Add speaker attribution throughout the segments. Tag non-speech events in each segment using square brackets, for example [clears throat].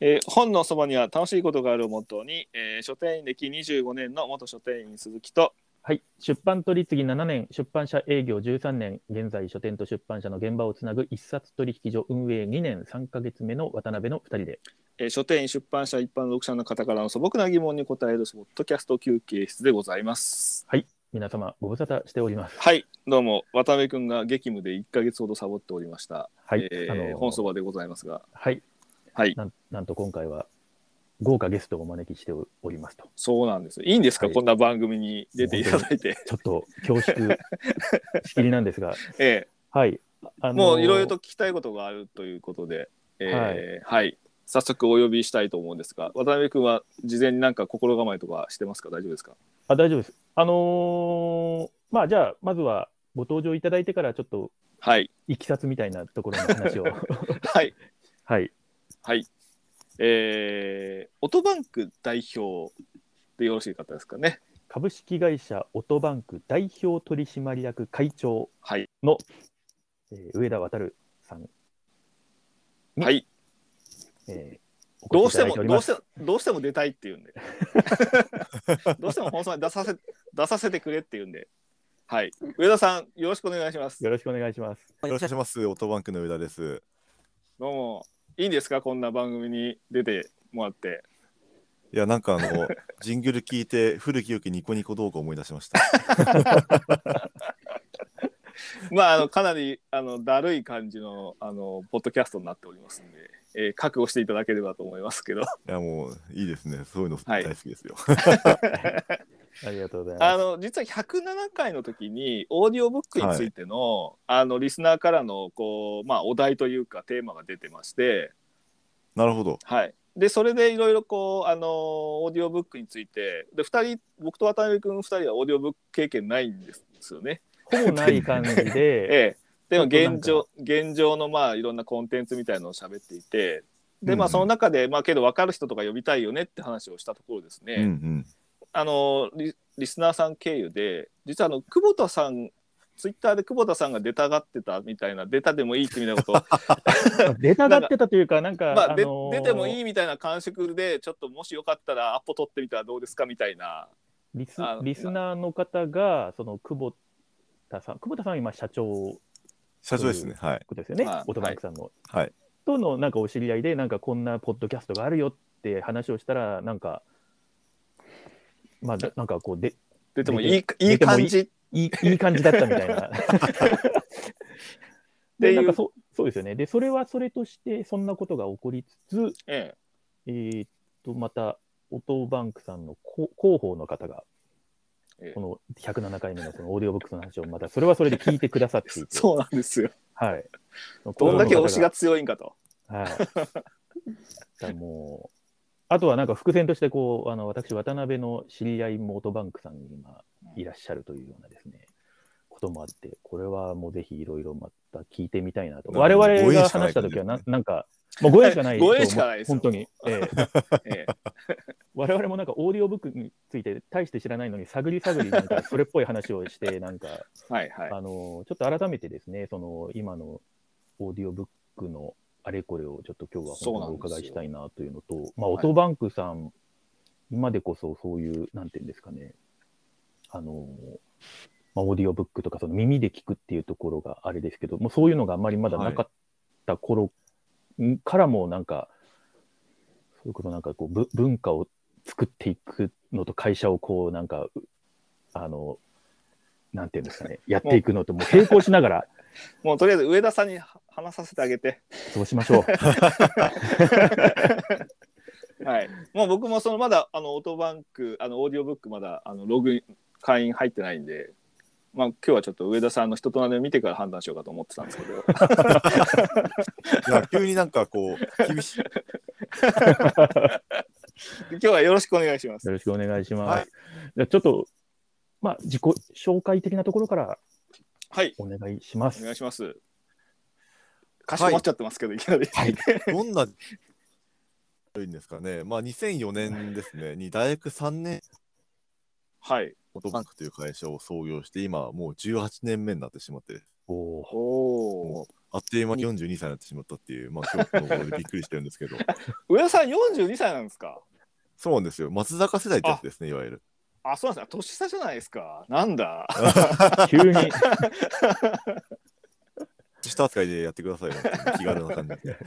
Speaker 1: えー本のそばには楽しいことがあるをモットーに、えー書店員歴25年の元書店員鈴木と、
Speaker 2: はい、出版取次7年、出版社営業13年、現在書店と出版社の現場をつなぐ一冊取引所運営2年3ヶ月目の渡辺の2人で、
Speaker 1: えー書店員出版社一般の読者の方からの素朴な疑問に答えるポッドキャスト休憩室でございます。
Speaker 2: 皆様ご無沙汰しております。
Speaker 1: はい、どうも渡辺くんが激務で1ヶ月ほどサボっておりました。
Speaker 2: はい、
Speaker 1: えー
Speaker 2: あのー
Speaker 1: 本そばでございますが、
Speaker 2: はい
Speaker 1: はい、
Speaker 2: なん、なんと今回は豪華ゲストをお招きしておおりますと、
Speaker 1: そうなんです。いいんですか、
Speaker 2: はい
Speaker 1: こんな番組に出ていただいて。
Speaker 2: ちょっと恐縮しきりな
Speaker 1: [laughs]
Speaker 2: んですが、
Speaker 1: え
Speaker 2: はい、あ
Speaker 1: え
Speaker 2: のー
Speaker 1: もういろいろと聞きたいことがあるということで、ええはい、早速お呼びしたいと思うんですが、渡辺くんは事前になんか心構えとかしてますか、大丈夫ですか。
Speaker 2: あ大丈夫です。あのーまあじゃあまずはご登場いただいてからちょっと
Speaker 1: はい、 [laughs]
Speaker 2: いきさつみたいなところの話を、
Speaker 1: はい、
Speaker 2: はい、
Speaker 1: はい。えー、オトバンク代表でよろしい方ですかね。
Speaker 2: 株式会社オトバンク代表取締役会長、
Speaker 1: はい、
Speaker 2: えー上田渉さん、
Speaker 1: はい、
Speaker 2: えー、
Speaker 1: ど
Speaker 2: お
Speaker 1: う
Speaker 2: 越
Speaker 1: し
Speaker 2: い
Speaker 1: て
Speaker 2: ただい
Speaker 1: も、
Speaker 2: ており
Speaker 1: どう
Speaker 2: ま
Speaker 1: し
Speaker 2: す
Speaker 1: ても、どうしても出たいっていうんで。 [laughs] どうしても本さん出させ、出させてくれっていうんで。はい、上田さん、よろしくお願いします。
Speaker 2: よろしくお願いします。
Speaker 3: よろしくお願いします。オートバンクの上田です。
Speaker 1: どうも、いいんですか、こんな番組に出てもらって。
Speaker 3: いや、なんかあの、ジングル聞いて、古き良きニコニコ動画を思い出しました。
Speaker 1: [laughs] まあ、あの、かなり、あの、だるい感じの、あの、ポッドキャストになっておりますんで。えー覚悟していただければと思いますけど。
Speaker 3: いや、もういいですね。そういうの
Speaker 1: はい
Speaker 3: 大好きですよ。
Speaker 2: ありがとうござい
Speaker 1: あ
Speaker 2: ます。
Speaker 1: の、実は107回の時に、オーディオブックについての、あの、リスナーからの、こう、まあ、お題というか、テーマが出てまして。
Speaker 3: なるほど。
Speaker 1: はい、でそれでいろいろこう、あのーオーディオブックについてで2人僕と渡辺君2人はオーディオブック経験ないんですよね。
Speaker 2: ほぼない感じで、
Speaker 1: [laughs] ええ、でも現
Speaker 2: ちょっ
Speaker 1: 状現状のまあいろんなコンテンツみたいなのを喋っていてで、まあ、
Speaker 3: うんうん
Speaker 1: その中で、まあ、けど分かる人とか呼びたいよねって話をしたところですね、
Speaker 3: うんうん。
Speaker 1: あのーリリスナーさん経由で実はあの久保田さんツイッターで久保田さんが出たがってたみたいな出たでもいいってみたいなことを
Speaker 2: 出たがってたというか、なんか、
Speaker 1: まあ、で
Speaker 2: あのー
Speaker 1: 出てもいいみたいな感触でちょっともしよかったらアポ取ってみたらどうですかみたいな
Speaker 2: リス
Speaker 1: あの
Speaker 2: リスナーの方が、その久保田さん、久保田さんは今、社長
Speaker 3: 社長ですね。はい。
Speaker 2: ことですよね
Speaker 1: はい、
Speaker 2: オトバンクさんの。
Speaker 3: はい。
Speaker 2: とのなんかお知り合いで、なんかこんなポッドキャストがあるよって話をしたら、なんか、まあ、ななんかこうで
Speaker 1: 出てもいい
Speaker 2: 出て
Speaker 1: いい感じ
Speaker 2: いい、いい感じだったみたいな。
Speaker 1: ってい
Speaker 2: で、
Speaker 1: う
Speaker 2: なんかそそうですよね。で、それはそれとして、そんなことが起こりつつ、
Speaker 1: ええ
Speaker 2: えーっと、また、オトバンクさんのこ広報の方が
Speaker 1: ええ、
Speaker 2: この107回目のそのオーディオブックスの話をまたそれはそれで聞いてくださっていて、
Speaker 1: そうなんですよ
Speaker 2: はい。
Speaker 1: どんだけ推しが
Speaker 2: 広
Speaker 1: 強いんかと
Speaker 2: 報 [laughs] の方が。はい。だからもう、あとはなんか伏線としてこう、あの私、渡辺の知り合いもオトバンクさんに今いらっしゃるというようなですね、こともあって、これはもうぜひいろいろまた聞いてみたいなと。
Speaker 3: な
Speaker 2: 我
Speaker 3: るほど
Speaker 2: 々
Speaker 3: ご縁
Speaker 2: が
Speaker 3: しかな
Speaker 2: 話し
Speaker 3: い
Speaker 2: たときはな、なんか、もうご縁しかないと思
Speaker 1: [laughs]
Speaker 2: う。
Speaker 1: ご縁しかないですよ
Speaker 2: 本当に。
Speaker 1: [laughs]
Speaker 2: ええ
Speaker 1: ええ
Speaker 2: 我々もなんかオーディオブックについて大して知らないのに探り探りなんかそれっぽい話をしてなんか、
Speaker 1: はいはい
Speaker 2: あのちょっと改めてですねその今のオーディオブックのあれこれをちょっと今日は本当にお伺いしたいなというのとまあ
Speaker 1: はい
Speaker 2: オトバンクさん、今でこそそういうなんていうんですかねあのまあ、オーディオブックとかその耳で聞くっていうところがあれですけどもうそういうのがあんまりまだなかった頃からもなんか、そういうことなんかこうぶ文化を作っていくのと会社をこうなんかうあのなんていうんですかねやっていくのともう並行しながら [laughs]
Speaker 1: もうとりあえず上田さんには話させてあげて
Speaker 2: そうしましょう。
Speaker 1: [laughs] はいもう僕もそのまだあのオートバンクあのオーディオブックまだあのログイン会員入ってないんでまあ今日はちょっと上田さんの人となりを見てから判断しようかと思ってたんですけ [laughs] ど
Speaker 3: いや、急になんかこう、厳しい。
Speaker 1: 今日はよろしくお願いします
Speaker 2: よろしくお願いします。
Speaker 3: はい
Speaker 2: じゃあちょっとまあ自己紹介的なところから
Speaker 1: はい
Speaker 2: お願いしま
Speaker 1: お
Speaker 2: す。
Speaker 1: 願いしますかしこまっちゃってますけど、い、きなり
Speaker 2: はい
Speaker 3: どんな、いいんですかね。まあ、2004年ですね。に大学3年、
Speaker 1: [laughs] はい
Speaker 3: オートバンクという会社を創業して、今、もう18年目になってしまって、
Speaker 2: おー
Speaker 1: おお。
Speaker 3: あっという間に42歳になってしまったっていう、まあ、今日この頃でびっくりしてるんですけど、
Speaker 1: 上田さん42歳なんですか
Speaker 3: そうなんですよ。松坂世代ってやつですね、いわゆる。
Speaker 1: あ、そうなんですね。年下じゃないですか。なんだ。
Speaker 2: 急に、
Speaker 3: 下扱いでやってくださいよ。気軽な感じ [laughs] で。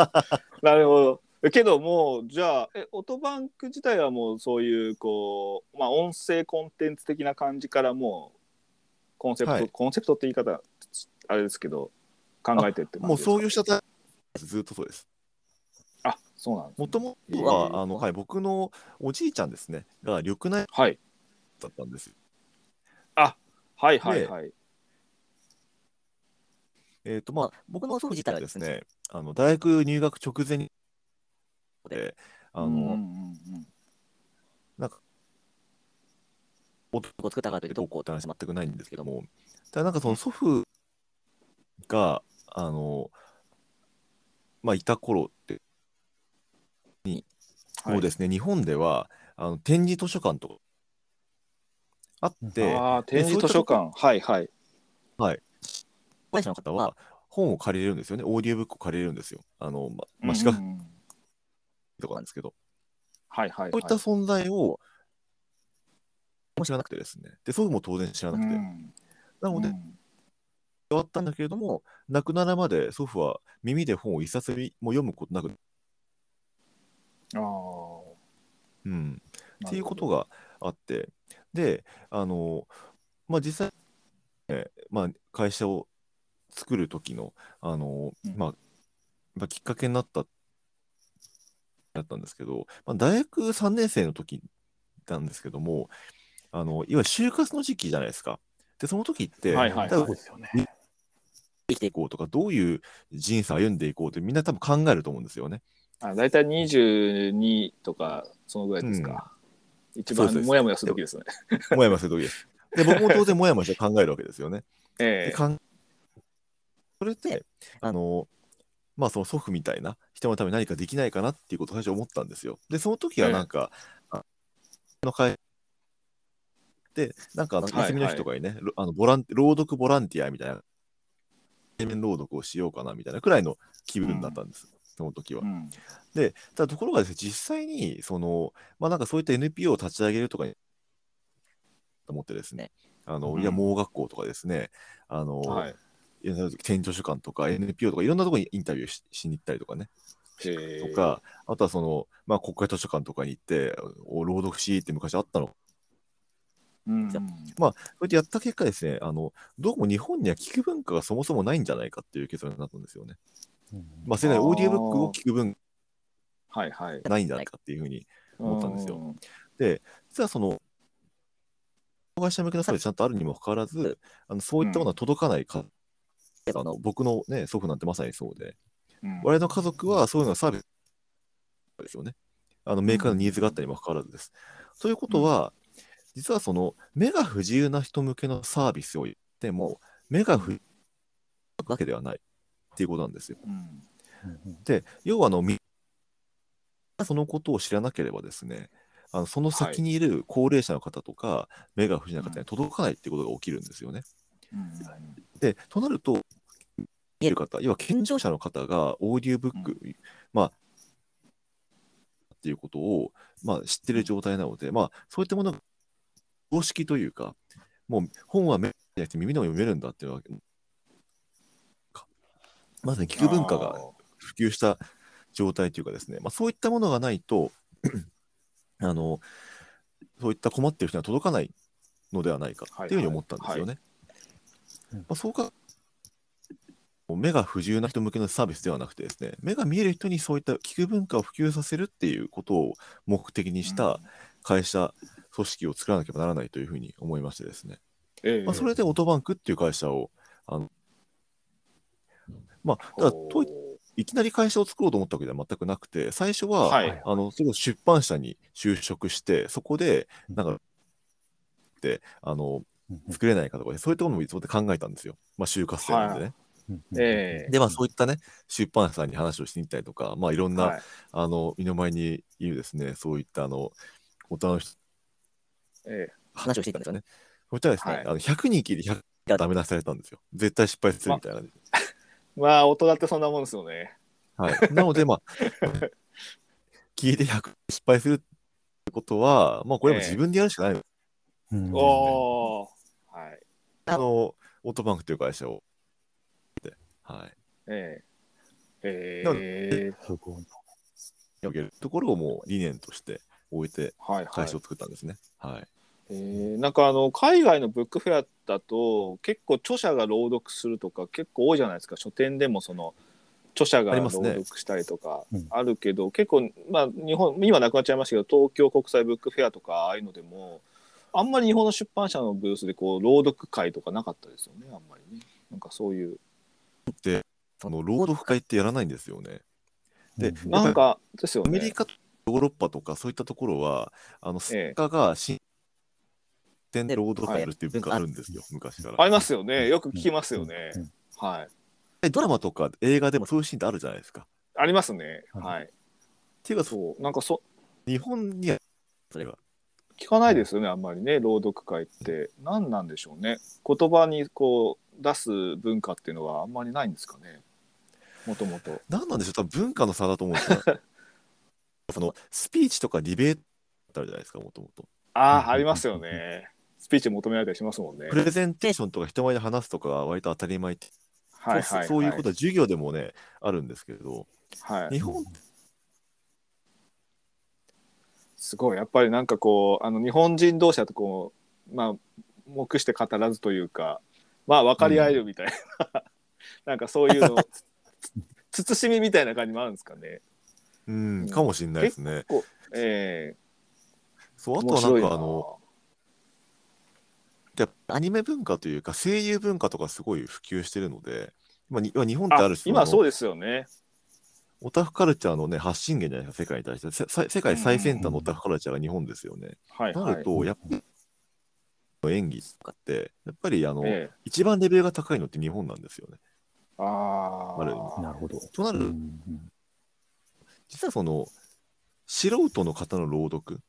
Speaker 3: [laughs]
Speaker 1: なるほど。えけどもうじゃあえオトバンク自体はもうそういうこうまあ音声コンテンツ的な感じからもうコンセプト、
Speaker 3: はい
Speaker 1: コンセプトって言い方あれですけど考えてって感じ
Speaker 3: もうそう
Speaker 1: いう
Speaker 3: いう下たずっとそうです。
Speaker 1: あそうなんです
Speaker 3: もとも
Speaker 1: え
Speaker 3: と
Speaker 1: ー
Speaker 3: は、あの、はい、僕のおじいちゃんですね、が緑内
Speaker 1: はい
Speaker 3: だったんですよ。
Speaker 1: はいはいはい
Speaker 3: えっ、と、まあ、僕の
Speaker 4: の
Speaker 3: 祖
Speaker 4: 祖
Speaker 3: 父自
Speaker 4: 父
Speaker 3: 体
Speaker 4: 自体
Speaker 3: は
Speaker 4: は
Speaker 3: で
Speaker 4: ですす
Speaker 3: ね
Speaker 4: ね、
Speaker 3: あの、大学入学直前に、で、あの、
Speaker 1: うんうんうん
Speaker 4: を作ったかというと、
Speaker 3: どう
Speaker 4: こ
Speaker 3: こう
Speaker 4: う
Speaker 3: って話全くないんですけども、ただなんかその
Speaker 4: の
Speaker 3: 祖父が、あの、まあ、いた頃って、
Speaker 1: はい
Speaker 3: そうですね、日本では、あの展示図書館とかあって、
Speaker 1: ああ展示図書館はいはい
Speaker 4: 高齢者の
Speaker 3: 方
Speaker 4: 方は
Speaker 3: は、本を借りれるんですよね、オーディオブックを借りれるんですよ。あの、ま、まあ、資
Speaker 1: う
Speaker 3: 格
Speaker 1: んうん
Speaker 3: とかなんですけど、
Speaker 1: はいはいはい
Speaker 3: こういった存在を、知らなくてですね。で、祖父も当然知らなくて。
Speaker 1: うん
Speaker 3: なので、
Speaker 1: うん
Speaker 3: 終わったんだけれども、亡くなるまで祖父は耳で本を一冊も読むことなく、
Speaker 1: あ
Speaker 3: うん、
Speaker 1: あ
Speaker 3: っていうことがあって、で、あの、まあ、実際、えまあ、会社を作る時の、あの
Speaker 1: うん、
Speaker 3: まあ、まあ、きっかけになった、だったんですけど、まあ、大学3年生の時なんですけども、あの、いわゆる就活の時期じゃないですか。で、その時って、
Speaker 1: はいはい
Speaker 3: 多
Speaker 2: [laughs] そう
Speaker 3: 分
Speaker 2: ですよね。
Speaker 3: 生きていこうとか、どういう人生歩んでいこうってみんな多分考えると思うんですよね。
Speaker 1: あ大体22とかそのぐらいですか、一番
Speaker 3: そうです
Speaker 1: モヤモヤする時ですね
Speaker 3: もやもやする時です。で、僕も当然もやもやして考えるわけですよね。で
Speaker 1: ええ
Speaker 3: かんそれって、あの、まあその祖父みたいな人のために何かできないかなっていうことを最初思ったんですよ。で、その時はなんか、あの会で、なんかあの
Speaker 1: はい
Speaker 3: 休みの日とかにね、ろあのボラン朗読ボランティアみたいな、対面朗読をしようかなみたいなくらいの気分だったんです、その時は
Speaker 1: う。ん
Speaker 3: で、ただところがですね、実際に、その、まあなんかそういった NPO を立ち上げるとかに、と思ってですね、あの、
Speaker 1: うん
Speaker 3: いや、盲学校とかですね、あの、
Speaker 1: はい
Speaker 3: いや県庁所管とか NPO とかいろんなところにインタビューししに行ったりとかね、
Speaker 1: ええ
Speaker 3: とか、あとはその、まあ国会図書館とかに行って、お朗読しって昔あったの。
Speaker 1: うん
Speaker 3: それでやった結果ですね、あの、どうも日本には聞く文化がそもそもないんじゃないかっていう結論になったんですよね。
Speaker 2: うん
Speaker 3: まあ、世代
Speaker 1: あー
Speaker 3: オーディオブックを聞く文化
Speaker 1: はいはい。
Speaker 3: がないんじゃないかっていうふうに思ったんですよ
Speaker 1: う。
Speaker 3: 実はその、障害者向けのサービスちゃんとあるにもかかわらず、あのそういったものは届かないか、あの僕の、ね、祖父なんてまさにそうで、
Speaker 1: うん
Speaker 3: 我々の家族はそういうのはサービスですよね。あのメーカーのニーズがあったにもかかわらずです。ということは、実はその目が不自由な人向けのサービスを言っても、目が不自由なわけではないっていうことなんですよ。
Speaker 1: うん
Speaker 2: うん
Speaker 3: で、要はあの、みそのことを知らなければですね、あのその先にいる高齢者の方とか、目が不自由な方に届かないっていうことが起きるんですよね。
Speaker 1: うん
Speaker 3: で、となると、見える方、要は健常者の方がオーディオブック、まあ、っていうことを、まあ、知ってる状態なので、まあ、そういったものが常識というか、もう本は目じゃなくて耳でも読めるんだっていうのは、まさに聞く文化が普及した状態というかですね、まあ、そういったものがないと [clears throat] あのそういった困ってる人には届かないのではないかっていうふうに思ったんですよね。
Speaker 2: はい
Speaker 3: まあ、そうか目が不自由な人向けのサービスではなくてですね目が見える人にそういった聞く文化を普及させるっていうことを目的にした会社、組織を作らなければならないというふうに思いましてですね
Speaker 1: ええ
Speaker 3: まあ、それでオートバンクっていう会社を、あのまあ、ただといいきなり会社を作ろうと思ったわけでは全くなくて、最初は、
Speaker 1: はい
Speaker 3: あのそれこそ出版社に就職して、そこで、なんか、ってあの作れないかとかで、そういったものもいつもって考えたんですよ、まあ、就活生なんでね。
Speaker 1: ええ
Speaker 3: で、まあ、そういったね、出版社に話をしに行ったりとか、まあ、いろんな、
Speaker 1: はい
Speaker 3: あの身の前にいるですね、そういったあの大人の人
Speaker 1: え
Speaker 4: 話をしていたんですよね。
Speaker 3: ね。そうしたらですね、
Speaker 1: はい
Speaker 3: あの100人聞いて100ダメ出しされたんですよ。絶対失敗するみたいな。
Speaker 1: まあ、大人ってそんなもんですよね。
Speaker 3: はい、なので、まあ、聞いて100失敗するってことは、まあ、これも自分でやるしかない、
Speaker 2: うん
Speaker 1: おおー。はい。
Speaker 3: あの、オートバンクという会社を。ではい。
Speaker 1: ええ
Speaker 3: な
Speaker 1: ええ
Speaker 2: すごい。
Speaker 3: 広げるところをもう理念として置いて
Speaker 1: はいは
Speaker 3: 会
Speaker 1: い
Speaker 3: 社を。作ったんですね。はい。
Speaker 1: えーなんかあの海外のブックフェアだと結構著者が朗読するとか結構多いじゃないですか書店でもその著者が
Speaker 3: あり
Speaker 1: 朗
Speaker 3: ますね
Speaker 1: 読したりとか
Speaker 2: うん
Speaker 1: あるけど、結構まあ日本今なくなっちゃいましたけど東京国際ブックフェアとかああいうのでもあんまり日本の出版社のブースでこう朗読会とかなかったですよねあんまりねなんかそういう
Speaker 3: あの、労働会ってやらないんですよね。で
Speaker 2: うん
Speaker 1: なんかですよ
Speaker 3: ア
Speaker 1: ね
Speaker 3: メリカ、ヨーロッパとかそういったところは、あの、
Speaker 1: ええ
Speaker 3: 作家が新店で労働会やるっていう文化あるんですよ、昔から。
Speaker 1: ありますよねよく聞きますよね、
Speaker 2: うん
Speaker 1: はい
Speaker 3: ドラマとか映画でもそういうシーンってあるじゃないですか。っ
Speaker 1: ありますねはい
Speaker 3: ていうか、そう
Speaker 1: そうなんかそ
Speaker 3: 日本にはそれが
Speaker 1: 聞かないですよね、あんまりね、朗読会って。何なんでしょうね。言葉にこう出す文化っていうのはあんまりないんですかね。もともと。
Speaker 3: 何なんでしょう多分文化の差だと思うんですよ。
Speaker 1: [laughs]
Speaker 3: そのスピーチとかディベートだったじゃないですか、もともと。
Speaker 1: ああ、ありますよね。スピーチ求められたりしますもんね。
Speaker 3: プレゼンテーションとか人前で話すとかは割と当たり前って、
Speaker 1: はいはい、はい。
Speaker 3: そうそういうことは授業でもね、あるんですけど、
Speaker 1: はい。
Speaker 3: 日本
Speaker 1: すごい。やっぱりなんかこう、あの日本人同士だとこう、まあ、黙して語らずというか、まあ、分かり合えるみたいな、 [laughs] なんかそういうの、 [laughs] つつ慎みみたいな感じもあるんですかね。
Speaker 3: うん、かもしれないですね。
Speaker 1: こうえ
Speaker 3: そう
Speaker 1: え
Speaker 3: あと
Speaker 1: 面
Speaker 3: はな
Speaker 1: 白
Speaker 3: ん
Speaker 1: いな
Speaker 3: かあの、やっぱアニメ文化というか声優文化とかすごい普及してるので、まあ、に日本ってある種
Speaker 1: 今は
Speaker 3: の
Speaker 1: そうですよね。
Speaker 3: オタフカルチャーの、ね、発信源じゃないですか、世界に対して。せさ世界最先端のオタフカルチャーが日本ですよね。
Speaker 1: はいは。
Speaker 3: ないると、やっぱり演技とかって、やっぱりあの、
Speaker 1: ええ、
Speaker 3: 一番レベルが高いのって日本なんですよね。
Speaker 1: あ
Speaker 3: ある
Speaker 2: なるほど。
Speaker 3: とな
Speaker 2: う
Speaker 3: る、
Speaker 2: んうん
Speaker 3: 実はその、素人の方の朗読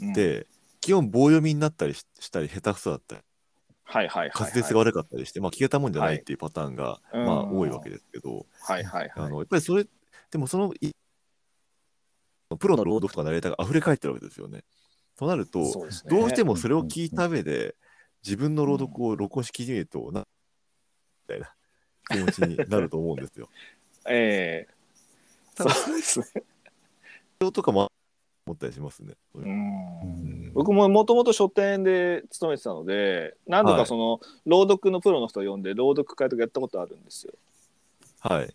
Speaker 1: ほ
Speaker 3: っ、て、基本棒読みになったりししたり、下手くそだったり、
Speaker 1: はいはいはい、
Speaker 3: 滑
Speaker 1: はい。
Speaker 3: 舌が悪かったりして、まあ、聞けたもんじゃないっていうパターンが、
Speaker 1: うん
Speaker 3: まあ、多いわけですけど、
Speaker 1: はいはい
Speaker 3: あ
Speaker 1: はい。
Speaker 3: のやっぱりそれ、でもその、いプロの朗読とかナレーターが溢れ返ってるわけですよね。となると、
Speaker 1: そうですね
Speaker 3: どうしてもそれを聞いた上で、自分の朗読を録音し聞いてみると、な、みたいな気持ちになると思うんです
Speaker 1: [laughs]
Speaker 3: よ。
Speaker 1: ええ
Speaker 3: ただ、
Speaker 1: そうですね。
Speaker 3: それとかも思ったりしますね。
Speaker 1: うん
Speaker 2: うん
Speaker 1: 僕ももともと書店で勤めてたので、何度かその、朗読のプロの人を呼んで朗読会とかやったことあるんですよ。
Speaker 3: はい。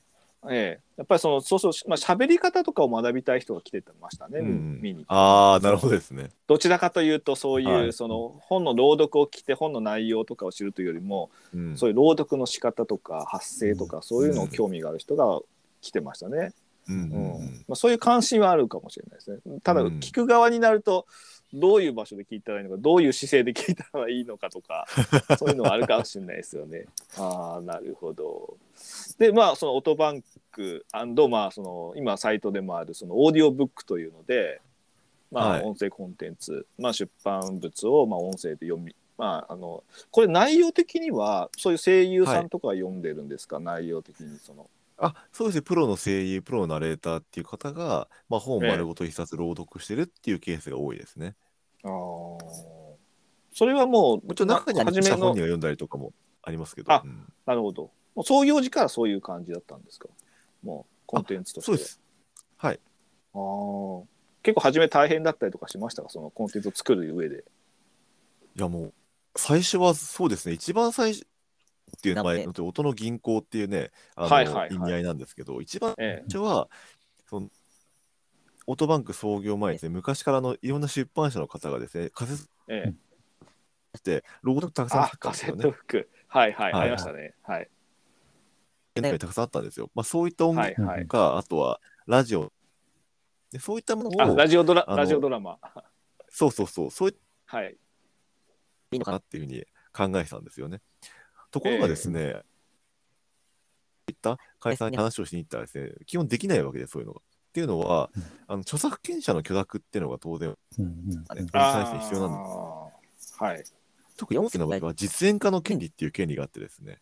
Speaker 1: ええやっぱりそのそうそうまあ喋り方とかを学びたい人が来てましたね、
Speaker 3: うん
Speaker 1: 見に。
Speaker 3: ああ、なるほどですね。
Speaker 1: どちらかというとそういう、
Speaker 3: はい
Speaker 1: その本の朗読を聞いて本の内容とかを知るというよりも、
Speaker 3: うん、
Speaker 1: そういう朗読の仕方とか発声とかそういうの
Speaker 3: う
Speaker 1: を
Speaker 3: ん
Speaker 1: 興味がある人が来てましたね、
Speaker 3: うん
Speaker 1: う
Speaker 3: うんんうん
Speaker 1: まあ、そういう関心はあるかもしれないですねただ
Speaker 3: うん
Speaker 1: 聞く側になるとどういう場所で聞いたらいいのかどういう姿勢で聞いたらいいのかと
Speaker 3: [laughs]
Speaker 1: かそういうのはあるかもしれないですよねああなるほどでまあそのオートバンクまあその今サイトでもあるそのオーディオブックというのでま
Speaker 3: は
Speaker 1: あ
Speaker 3: い
Speaker 1: 音声コンテンツ、まあ出版物をまあ音声で読みまああのこれ内容的にはそういう声優さんとかは読んでるんですか、内容的にその
Speaker 3: あそうですね、プロの声優、プロのナレーターっていう方が、まあ、本を丸ごと一冊朗読してるっていうケースが多いですね。
Speaker 1: それはもう
Speaker 3: もちろん中には
Speaker 1: 初
Speaker 3: 初
Speaker 1: め
Speaker 3: め本人
Speaker 1: の
Speaker 3: が読んだりとかもありますけど、
Speaker 1: あ
Speaker 3: うん
Speaker 1: なるほどもう創業時からそういう感じだったんですかもうコンテンツとして
Speaker 3: そう
Speaker 1: は
Speaker 3: です。はい。
Speaker 1: あー結構初め大変だったりとかしましたかそのコンテンツを作る上で
Speaker 3: いや、もう、最初はそうですね、一番最初っていう名前、音の銀行っていうね、あの
Speaker 1: はいはいはい
Speaker 3: 意味合いなんですけど、一番
Speaker 1: ええ
Speaker 3: 最初は、そのオートバンク創業前にですね、昔からのいろんな出版社の方がですね、仮説
Speaker 1: ええ
Speaker 3: して、朗読たくさん
Speaker 1: あ
Speaker 3: 書ったん
Speaker 1: カ
Speaker 3: です
Speaker 1: セ
Speaker 3: よ
Speaker 1: ッ
Speaker 3: ね
Speaker 1: ト。服はいはい、
Speaker 3: はい
Speaker 1: ありましたねはい
Speaker 3: 現代たくさんあったんですよ。まあ、そういった音
Speaker 1: はい
Speaker 3: 楽
Speaker 1: はい
Speaker 3: とか、あとはラジオで、そういったも
Speaker 1: あ
Speaker 3: のを、
Speaker 1: ラジオドラ
Speaker 3: あの
Speaker 1: ラジオドラマ
Speaker 3: そうそうそう、そういっ
Speaker 1: はい
Speaker 4: いい
Speaker 3: た
Speaker 4: のか
Speaker 3: なっていうふうに考えてたんですよね。ところがですね、いった会社さんに話をしに行ったらですね、基本できないわけです、そういうのが。っていうのは
Speaker 2: うん、
Speaker 3: あの著作権者の許諾っていうのが当然、ね、
Speaker 2: うんうん
Speaker 3: これに対して
Speaker 1: あ
Speaker 3: 必要なんで
Speaker 1: ーはい
Speaker 3: 特に大きな場合は実演家の権利っていう権利があってですね、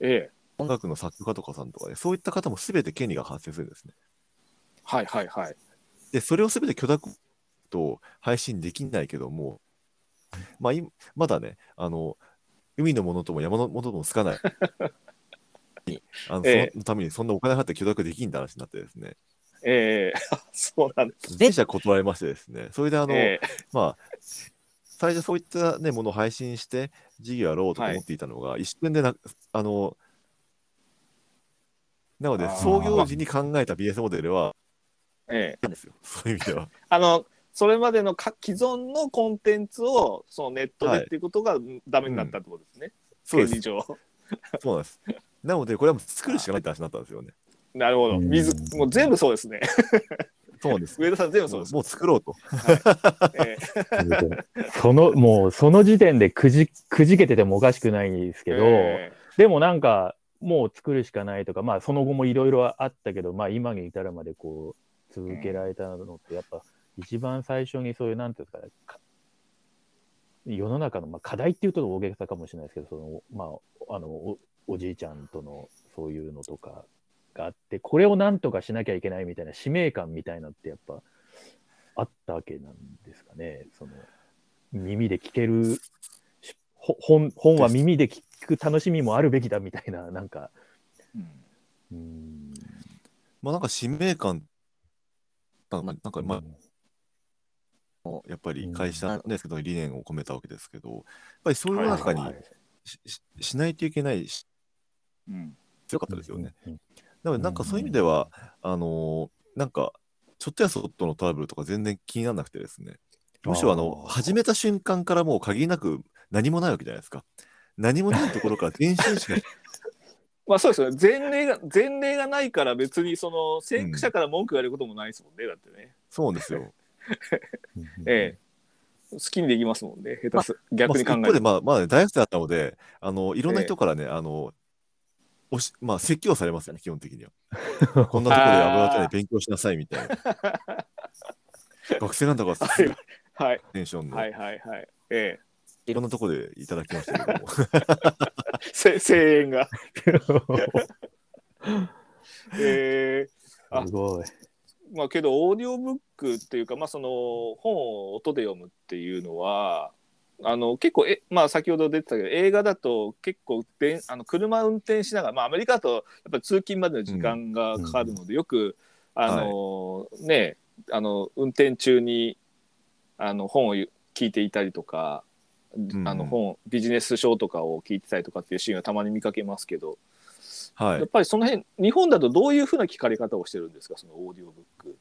Speaker 1: ええ
Speaker 3: 音楽の作曲家とかさんとかね、そういった方も全て権利が発生するんですね。
Speaker 1: はいはいはい。
Speaker 3: で、それを全て許諾と配信できないけども、まあ、今まだね、あの、海のものとも山のものともつ
Speaker 1: [laughs]
Speaker 3: かない。あのそ
Speaker 1: ええ
Speaker 3: のためにそんなお金払って許諾できんだ話になってですね、
Speaker 1: え [laughs] えそうなんです。
Speaker 3: 全社断られましてですね、それであの、
Speaker 1: ええ
Speaker 3: まあ、最初そういった、ね、ものを配信して事業やろうとか思っていたのが、一瞬でな、あの、なので
Speaker 1: あー
Speaker 3: 創業時に考えた BS モデルは、
Speaker 1: ええ
Speaker 3: なんですよ。そういう意味
Speaker 1: [laughs]
Speaker 3: では。
Speaker 1: あの、それまでのか既存のコンテンツをそのネットでっていうことがダメになったってことですね。
Speaker 3: そうで
Speaker 1: 権利
Speaker 3: す。
Speaker 1: 上。 [laughs]
Speaker 3: そうなんです。なので、これはもう作るしかないって話になったんですよね。
Speaker 1: なるほど。
Speaker 2: うん
Speaker 1: 水、もう全部そうですね。 [laughs]
Speaker 3: そうなんです。
Speaker 1: 上田さん全部そう
Speaker 3: も
Speaker 1: で
Speaker 3: う
Speaker 1: す。
Speaker 3: もう作ろうと。
Speaker 1: ええ
Speaker 2: その、もう、その時点でくじ、くじけててもおかしくないですけど、
Speaker 1: え
Speaker 2: でもなんか、もう作るしかないとか、まあ、その後もいろいろあったけど、まあ、今に至るまでこう、続けられたのって、やっぱ、一番最初にそういう、なんていうんですかね、か世の中の、まあ、課題っていうと大げさかもしれないですけど、その、まあ、あの、おおじいちゃんとの、そういうのとかがあって、これをなんとかしなきゃいけないみたいな使命感みたいなって、やっぱ、あったわけなんですかね、その、耳で聞けるしほ本本は耳で聞く楽しみもあるべきだみたいな、なんか、うーん。
Speaker 3: まあなんか使命感、なんか、なんかまあ、やっぱり会社ですけど、理念を込めたわけですけど、やっぱりそういう中に
Speaker 2: はい
Speaker 3: し,、ししないといけないし、
Speaker 1: うん
Speaker 3: 強かったですよね。。
Speaker 2: うん
Speaker 3: なので、なんかそういう意味では、あのーなんか、ちょっとやそっとのトラブルとか全然気にならなくてですね、むしろあの、
Speaker 2: あー
Speaker 3: 始めた瞬間からもう限りなく何もないわけじゃないですか。何もないところから全身しか [laughs]
Speaker 1: まあそうですよね。前例が、前例がないから別にその先駆者から文句言われることもないですもんね。だってね。
Speaker 3: そうなんですよ。
Speaker 1: ええ好きにできますもんね。下手す、
Speaker 3: ま
Speaker 1: 逆
Speaker 3: あ、
Speaker 1: に
Speaker 3: 一
Speaker 1: 考
Speaker 3: 方
Speaker 1: え
Speaker 3: で、
Speaker 1: る
Speaker 3: まあ、まあ、大学生だったので、あの、いろんな
Speaker 1: ええ
Speaker 3: 人からね、あの、おしまあ、説教されますよね、基本的
Speaker 1: [laughs]
Speaker 3: には。こんなところで油たれ勉強しなさいみたいな。学生なんだか
Speaker 1: [laughs]
Speaker 3: ら、
Speaker 1: はいはい、
Speaker 3: テンションの、、
Speaker 1: はいい、はい、はい。ええ
Speaker 3: ろんなところでいただきましたけども。
Speaker 1: せ声援が。
Speaker 2: す
Speaker 1: ええあ
Speaker 2: ごい。
Speaker 1: まあけどオーディオブックっていうか、まあ、その本を音で読むっていうのはあの結構え、まあ、先ほど出てたけど映画だと結構であの車運転しながら、まあ、アメリカだとやっぱり通勤までの時間がかかるので、よくあの、ねあの運転中にあの本を聞いていたりとか。
Speaker 3: ん
Speaker 1: あの本ビジネス書とかを聞いてたりとかっていうシーンはたまに見かけますけど、
Speaker 3: [laughs] はい
Speaker 1: やっ。ぱりその辺日本だとどういうふうな聞かれ方をしてるんですかそのオーディオブック。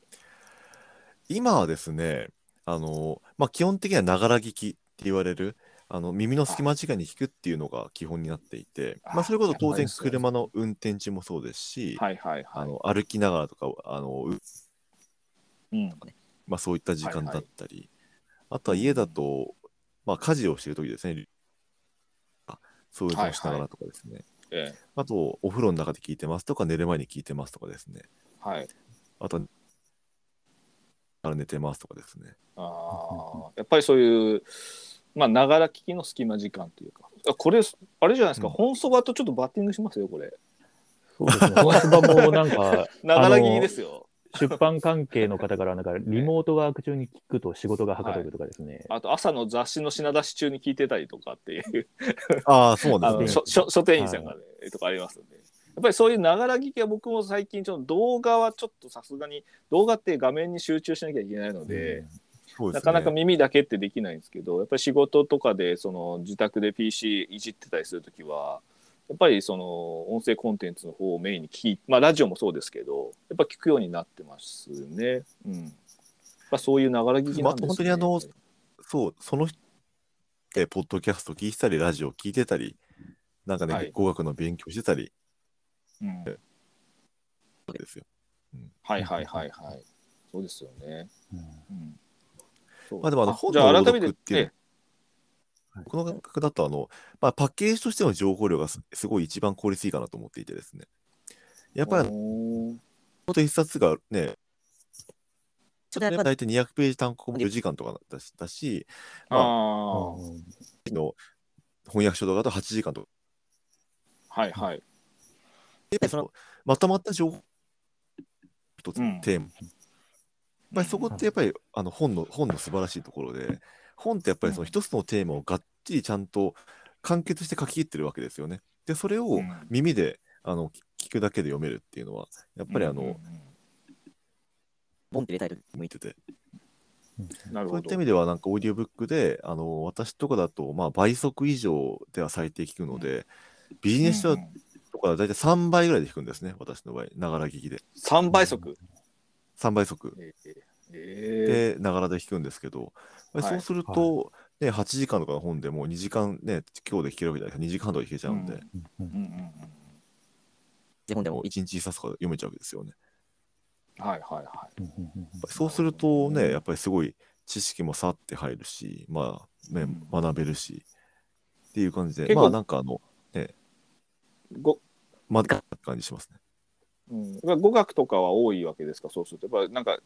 Speaker 3: 今はですね、あの、まあ、基本的にはながら聞きって言われる、あの耳の隙間時間に聞くっていうのが基本になっていて、まあ、それこそ当然車の運転中もそうですし、
Speaker 1: はいはいは
Speaker 3: あ
Speaker 1: い。
Speaker 3: の歩きながらとか、あの
Speaker 1: うん
Speaker 3: まあ、そういった時間
Speaker 1: はいは
Speaker 3: だ
Speaker 1: い
Speaker 3: ったり、あとは家だと、まあ、家事をしてるときですね、あそういうのをしながらとかですね、
Speaker 1: ええ
Speaker 3: あとお風呂の中で聞いてますとか、寝る前に聞いてますとかですね、
Speaker 1: はい、
Speaker 3: あとはから寝てますとかですね、
Speaker 1: あーやっぱりそういうまあながら聞きの隙間時間というかあこれあれじゃないですか、
Speaker 3: うん
Speaker 1: 本そばとちょっとバッティングしますよこれ。
Speaker 2: そうですね。本場もなんか、
Speaker 1: ながら聞きですよ。
Speaker 2: 出版関係の方から、なんか、リモートワーク中に聞くと仕事がはかどるとかですね。
Speaker 1: あと朝の雑誌の品出し中に聞いてたりとかっていう
Speaker 3: ああ、そう
Speaker 1: あ
Speaker 3: なん
Speaker 1: の
Speaker 3: です
Speaker 1: 書
Speaker 3: ね。
Speaker 1: 書書店員さんがね、とかありますんで。やっぱりそういうながら聞きは僕も最近ちょっと動画はちょっとさすがに動画って画面に集中しなきゃいけないので、
Speaker 3: そうで
Speaker 1: な
Speaker 3: すね
Speaker 1: かなか耳だけってできないんですけどやっぱり仕事とかでその自宅で PC いじってたりするときはやっぱりその音声コンテンツの方をメインに聞いまあラジオもそうですけどやっぱ聞くようになってますね。うん、やっぱそういうながら聞きなんです、ね、
Speaker 3: まあ本当にあのそう、その人、えポッドキャスト聞いてたり、ラジオ聞いてたり、なんかね、
Speaker 1: はい
Speaker 3: 語学の勉強してたり
Speaker 1: うん
Speaker 3: ですよ。
Speaker 1: はいはいはいはいそうですよね。うんそう
Speaker 3: まあでもあの本
Speaker 1: じゃあ
Speaker 3: の
Speaker 1: 改
Speaker 3: 朗
Speaker 1: め
Speaker 3: 読ってていうのは僕の感覚だとあの、まあ、パッケージとしての情報量がすすごい一番効率いいかなと思っていてですね。やっぱりあの、
Speaker 1: おー
Speaker 3: 本当一冊がね、
Speaker 4: ちょっとやっぱ
Speaker 3: 大体200ページ単行本4時間とかだし、だし
Speaker 1: ああ、
Speaker 2: うん
Speaker 3: の翻訳書とかだと8時間とか
Speaker 1: はいはい。
Speaker 3: やっぱりそのまとまった情報一つ
Speaker 1: うん
Speaker 3: のテーマ、やっぱりそこってやっぱりあの本の本の素晴らしいところで本ってやっぱりその一つのテーマをがっちりちゃんと完結して書き切ってるわけですよね。でそれを
Speaker 1: うん
Speaker 3: 耳であの聞くだけで読めるっていうのはやっぱりあの、
Speaker 1: うんうん
Speaker 4: ボンって入れたり
Speaker 3: 向いてて
Speaker 1: うんなる
Speaker 3: そ
Speaker 1: ほ
Speaker 3: ういった
Speaker 1: ど
Speaker 3: 意味ではなんかオーディオブックであの私とかだとまあ倍速以上では最低聞くので、ビジネス書
Speaker 1: うん
Speaker 3: とかだと大体3倍ぐらいで聞くんですね私の場合ながら聞きで
Speaker 1: 3倍速、
Speaker 3: 3倍速
Speaker 1: えーえ
Speaker 3: でながらで聞くんですけど、
Speaker 1: はい
Speaker 3: そうすると、ね、8時間とかの本でもう2時間ね今日で聞けるわけじゃないですか2時間とか聞けちゃうんで、
Speaker 1: うん
Speaker 2: うん
Speaker 1: ーうんうん
Speaker 4: で本で
Speaker 3: もう
Speaker 4: も
Speaker 3: 1日1冊とか読めちゃうわけですよね
Speaker 1: うんはいはいは
Speaker 2: うんうんうん
Speaker 3: やっぱりそうすると
Speaker 1: なるほど
Speaker 3: ね
Speaker 1: ね
Speaker 3: やっぱりすごい知識もさって入るしまあね
Speaker 1: うん
Speaker 3: 学べるしっていう感じで
Speaker 1: 結構
Speaker 3: まあなんかあの
Speaker 1: いご、
Speaker 3: まだ感じしますね
Speaker 1: うん、まあ語学とかは多いわけですかそうするとやっぱなんか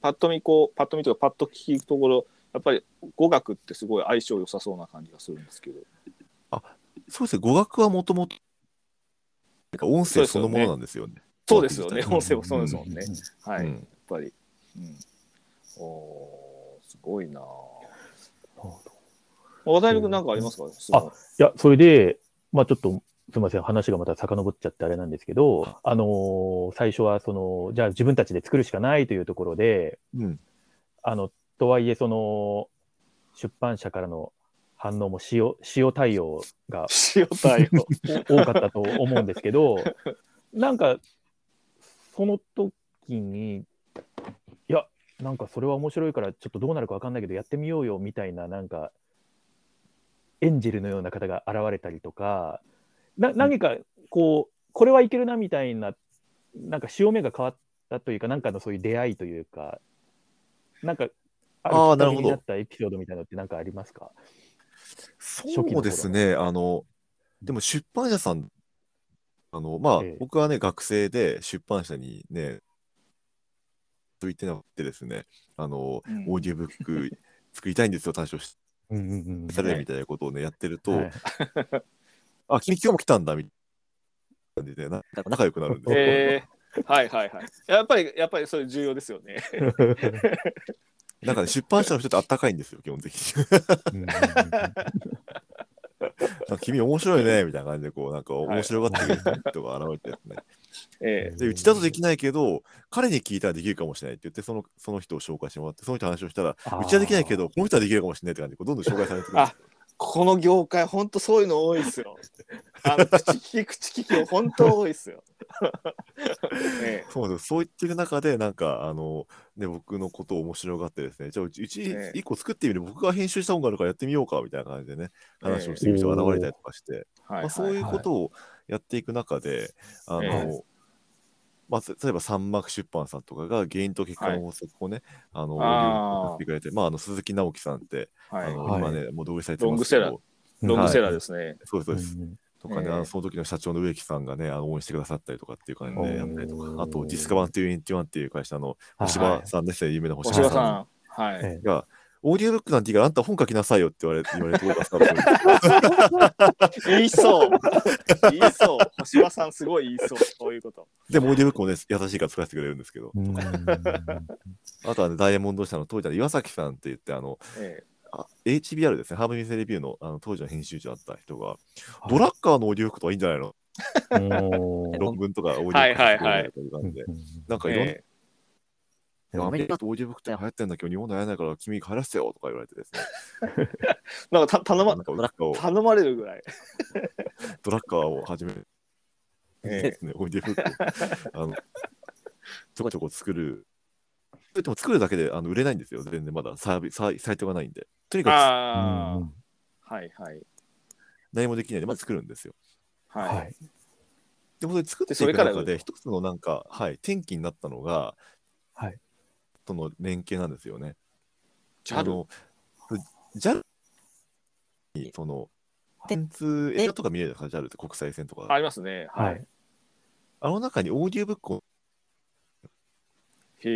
Speaker 1: パッと見こうパッと見とかパッと聞くところやっぱり語学ってすごい相性良さそうな感じがするんですけど
Speaker 3: そうですね語学はもともとなんか音声そのものなんですよね
Speaker 1: そうですよね
Speaker 3: 語
Speaker 1: 音声もそうですもんね、はい、
Speaker 3: うん
Speaker 1: やっぱり、うん、おーすごいなぁ
Speaker 2: なるほど
Speaker 1: 渡辺君なんかありますか、質問
Speaker 2: あいや、それで、まあちょっと、すみません、話がまた遡っちゃってあれなんですけど、あのー最初は、その、じゃあ自分たちで作るしかないというところで、
Speaker 3: うん
Speaker 2: あの、とはいえ、その、出版社からの反応も塩、塩対応が
Speaker 1: 塩対応
Speaker 2: 多かったと思うんですけど、なんか、その時に、いや、なんかそれは面白いから、ちょっとどうなるかわかんないけど、やってみようよみたいな、なんか、エンジェルのような方が現れたりとか、な何かこう、これはいけるなみたいな、なんか潮目が変わったというか、なんかのそういう出会いというか、なんか、
Speaker 3: あー
Speaker 2: る
Speaker 3: なる
Speaker 2: きっかけ
Speaker 3: ほど
Speaker 2: になったエピソードみたいなのって何かありますか
Speaker 3: そうですね、あの、でも出版社さん、あの、まあ、
Speaker 2: ええ
Speaker 3: 僕はね、学生で出版社にね、と言ってなくてですね、あの、
Speaker 1: うん
Speaker 3: オーディオブック作りたいんですよ、対象し
Speaker 2: うんうんうん
Speaker 3: されるみたいなことをね、やってると、
Speaker 2: はい
Speaker 3: あ、君今日も来たんだ、みたいな感じで、な
Speaker 4: なんか
Speaker 3: 仲良くなるんですよ
Speaker 1: [laughs] えーはいはいはいやっぱりやっぱりそれ重要ですよね
Speaker 2: [laughs]
Speaker 3: なんかね、出版社の人ってあったかいんですよ、基本的に。
Speaker 2: うんうんうん
Speaker 3: なんか君面白いね、みたいな感じで、こう、なんか面白がってくれる人が現れて
Speaker 1: [laughs]
Speaker 3: ね、
Speaker 1: [laughs] え
Speaker 3: でうちだとできないけど、彼に聞いたらできるかもしれないって言って、そのその人を紹介してもらって、その人の話をしたら、うちはできないけど、この人はできるかもしれないって感じで、こうどんどん紹介されてくる。
Speaker 1: あこの業界ほんとそういうの多いです [laughs] よあの口利き口利きほんと多いですよ、 [laughs] え
Speaker 3: そうなんですそう言ってる中で、なんか、あの、ね、僕のことを面白がってですね、じゃあ、うち、うち
Speaker 1: ええ
Speaker 3: 一個作ってみる、僕が編集した音があるからやってみようか、みたいな感じでね、話をしてる人が現れたりとかして、
Speaker 1: ーは
Speaker 3: まあ、そういうことをやっていく中で、
Speaker 1: い
Speaker 3: あの、
Speaker 1: え
Speaker 3: まあ、つ例えば三幕出版さんとかが原因と結果の法則をね、あの、
Speaker 1: あー
Speaker 3: やってくれて、まあ、あの鈴木直樹さんって、
Speaker 1: はい
Speaker 3: あの
Speaker 1: はい
Speaker 2: はい
Speaker 3: 今ね、もう同意されて
Speaker 1: ロン
Speaker 3: ま
Speaker 1: グ
Speaker 3: す
Speaker 1: セ
Speaker 3: けど、
Speaker 1: ラーロングセラーですね、
Speaker 3: そうですそうです。とか
Speaker 1: え
Speaker 3: ね、
Speaker 1: え
Speaker 3: あのその時の社長の植木さんがね、あの応援してくださったりとかっていう感じ
Speaker 1: おー
Speaker 3: でやったりとか、あと、ディスカバン21っていう会社の
Speaker 2: はい
Speaker 3: 星葉さんですね、有名な星
Speaker 1: 星
Speaker 3: 葉
Speaker 1: 葉
Speaker 3: さ
Speaker 1: さん
Speaker 3: ん
Speaker 1: はい、
Speaker 2: ええ
Speaker 3: が、オーディオブックなんていいから、あんた本書きなさいよって言われ言われてことがあったんですよ
Speaker 1: 言いそう。言いそう。星葉さんすごい言いそう。そういうこと。
Speaker 3: でも、オーディオブックもね、優しいから作らせてくれるんですけど、
Speaker 2: うん
Speaker 3: あとはね、ダイヤモンド社の当時の岩崎さんって言って、あの、
Speaker 1: え
Speaker 3: あ HBR ですね、ハーブミセレビューのあの当時の編集長だった人が、ドラッカーのオーディオブックとかいいんじゃないの
Speaker 2: おー
Speaker 3: 論文とかオーディオブックとか作れるという感じで、なんか
Speaker 1: え
Speaker 3: いろんな
Speaker 1: え
Speaker 3: いやアメリカとオーディオブックって流行ってんだけど、日本で流行らないから君帰らせてよとか言われてですね。
Speaker 1: えなんかた頼
Speaker 3: な
Speaker 1: ま
Speaker 3: んかドラッカーを
Speaker 1: 頼まれるぐらい。
Speaker 3: ドラッカーを始める [laughs]
Speaker 1: え
Speaker 3: ね、オーディオブックをあのちょこちょこ作る。でも作るだけであの売れないんですよ、全然まだサービサイサイトがないんで。とに
Speaker 1: え、
Speaker 3: か
Speaker 1: ああ、はいはい。
Speaker 3: く何もできないで、まず作るんですよ。
Speaker 1: はい。
Speaker 2: はい。
Speaker 3: でもそれ作って
Speaker 1: で
Speaker 3: いく
Speaker 1: それから
Speaker 3: 中で、一つのなんか、はい、転機になったのが、
Speaker 2: はい、
Speaker 3: との連携なんですよね。
Speaker 1: ジャ
Speaker 3: あ
Speaker 1: ル
Speaker 3: の JAL にその、
Speaker 4: で
Speaker 3: コンテンツ映画とか見れるじゃないですか、JAL って国際線とか。
Speaker 1: ありますね。
Speaker 2: は
Speaker 1: はいい。
Speaker 3: あの中にオーディオブックを、
Speaker 1: へ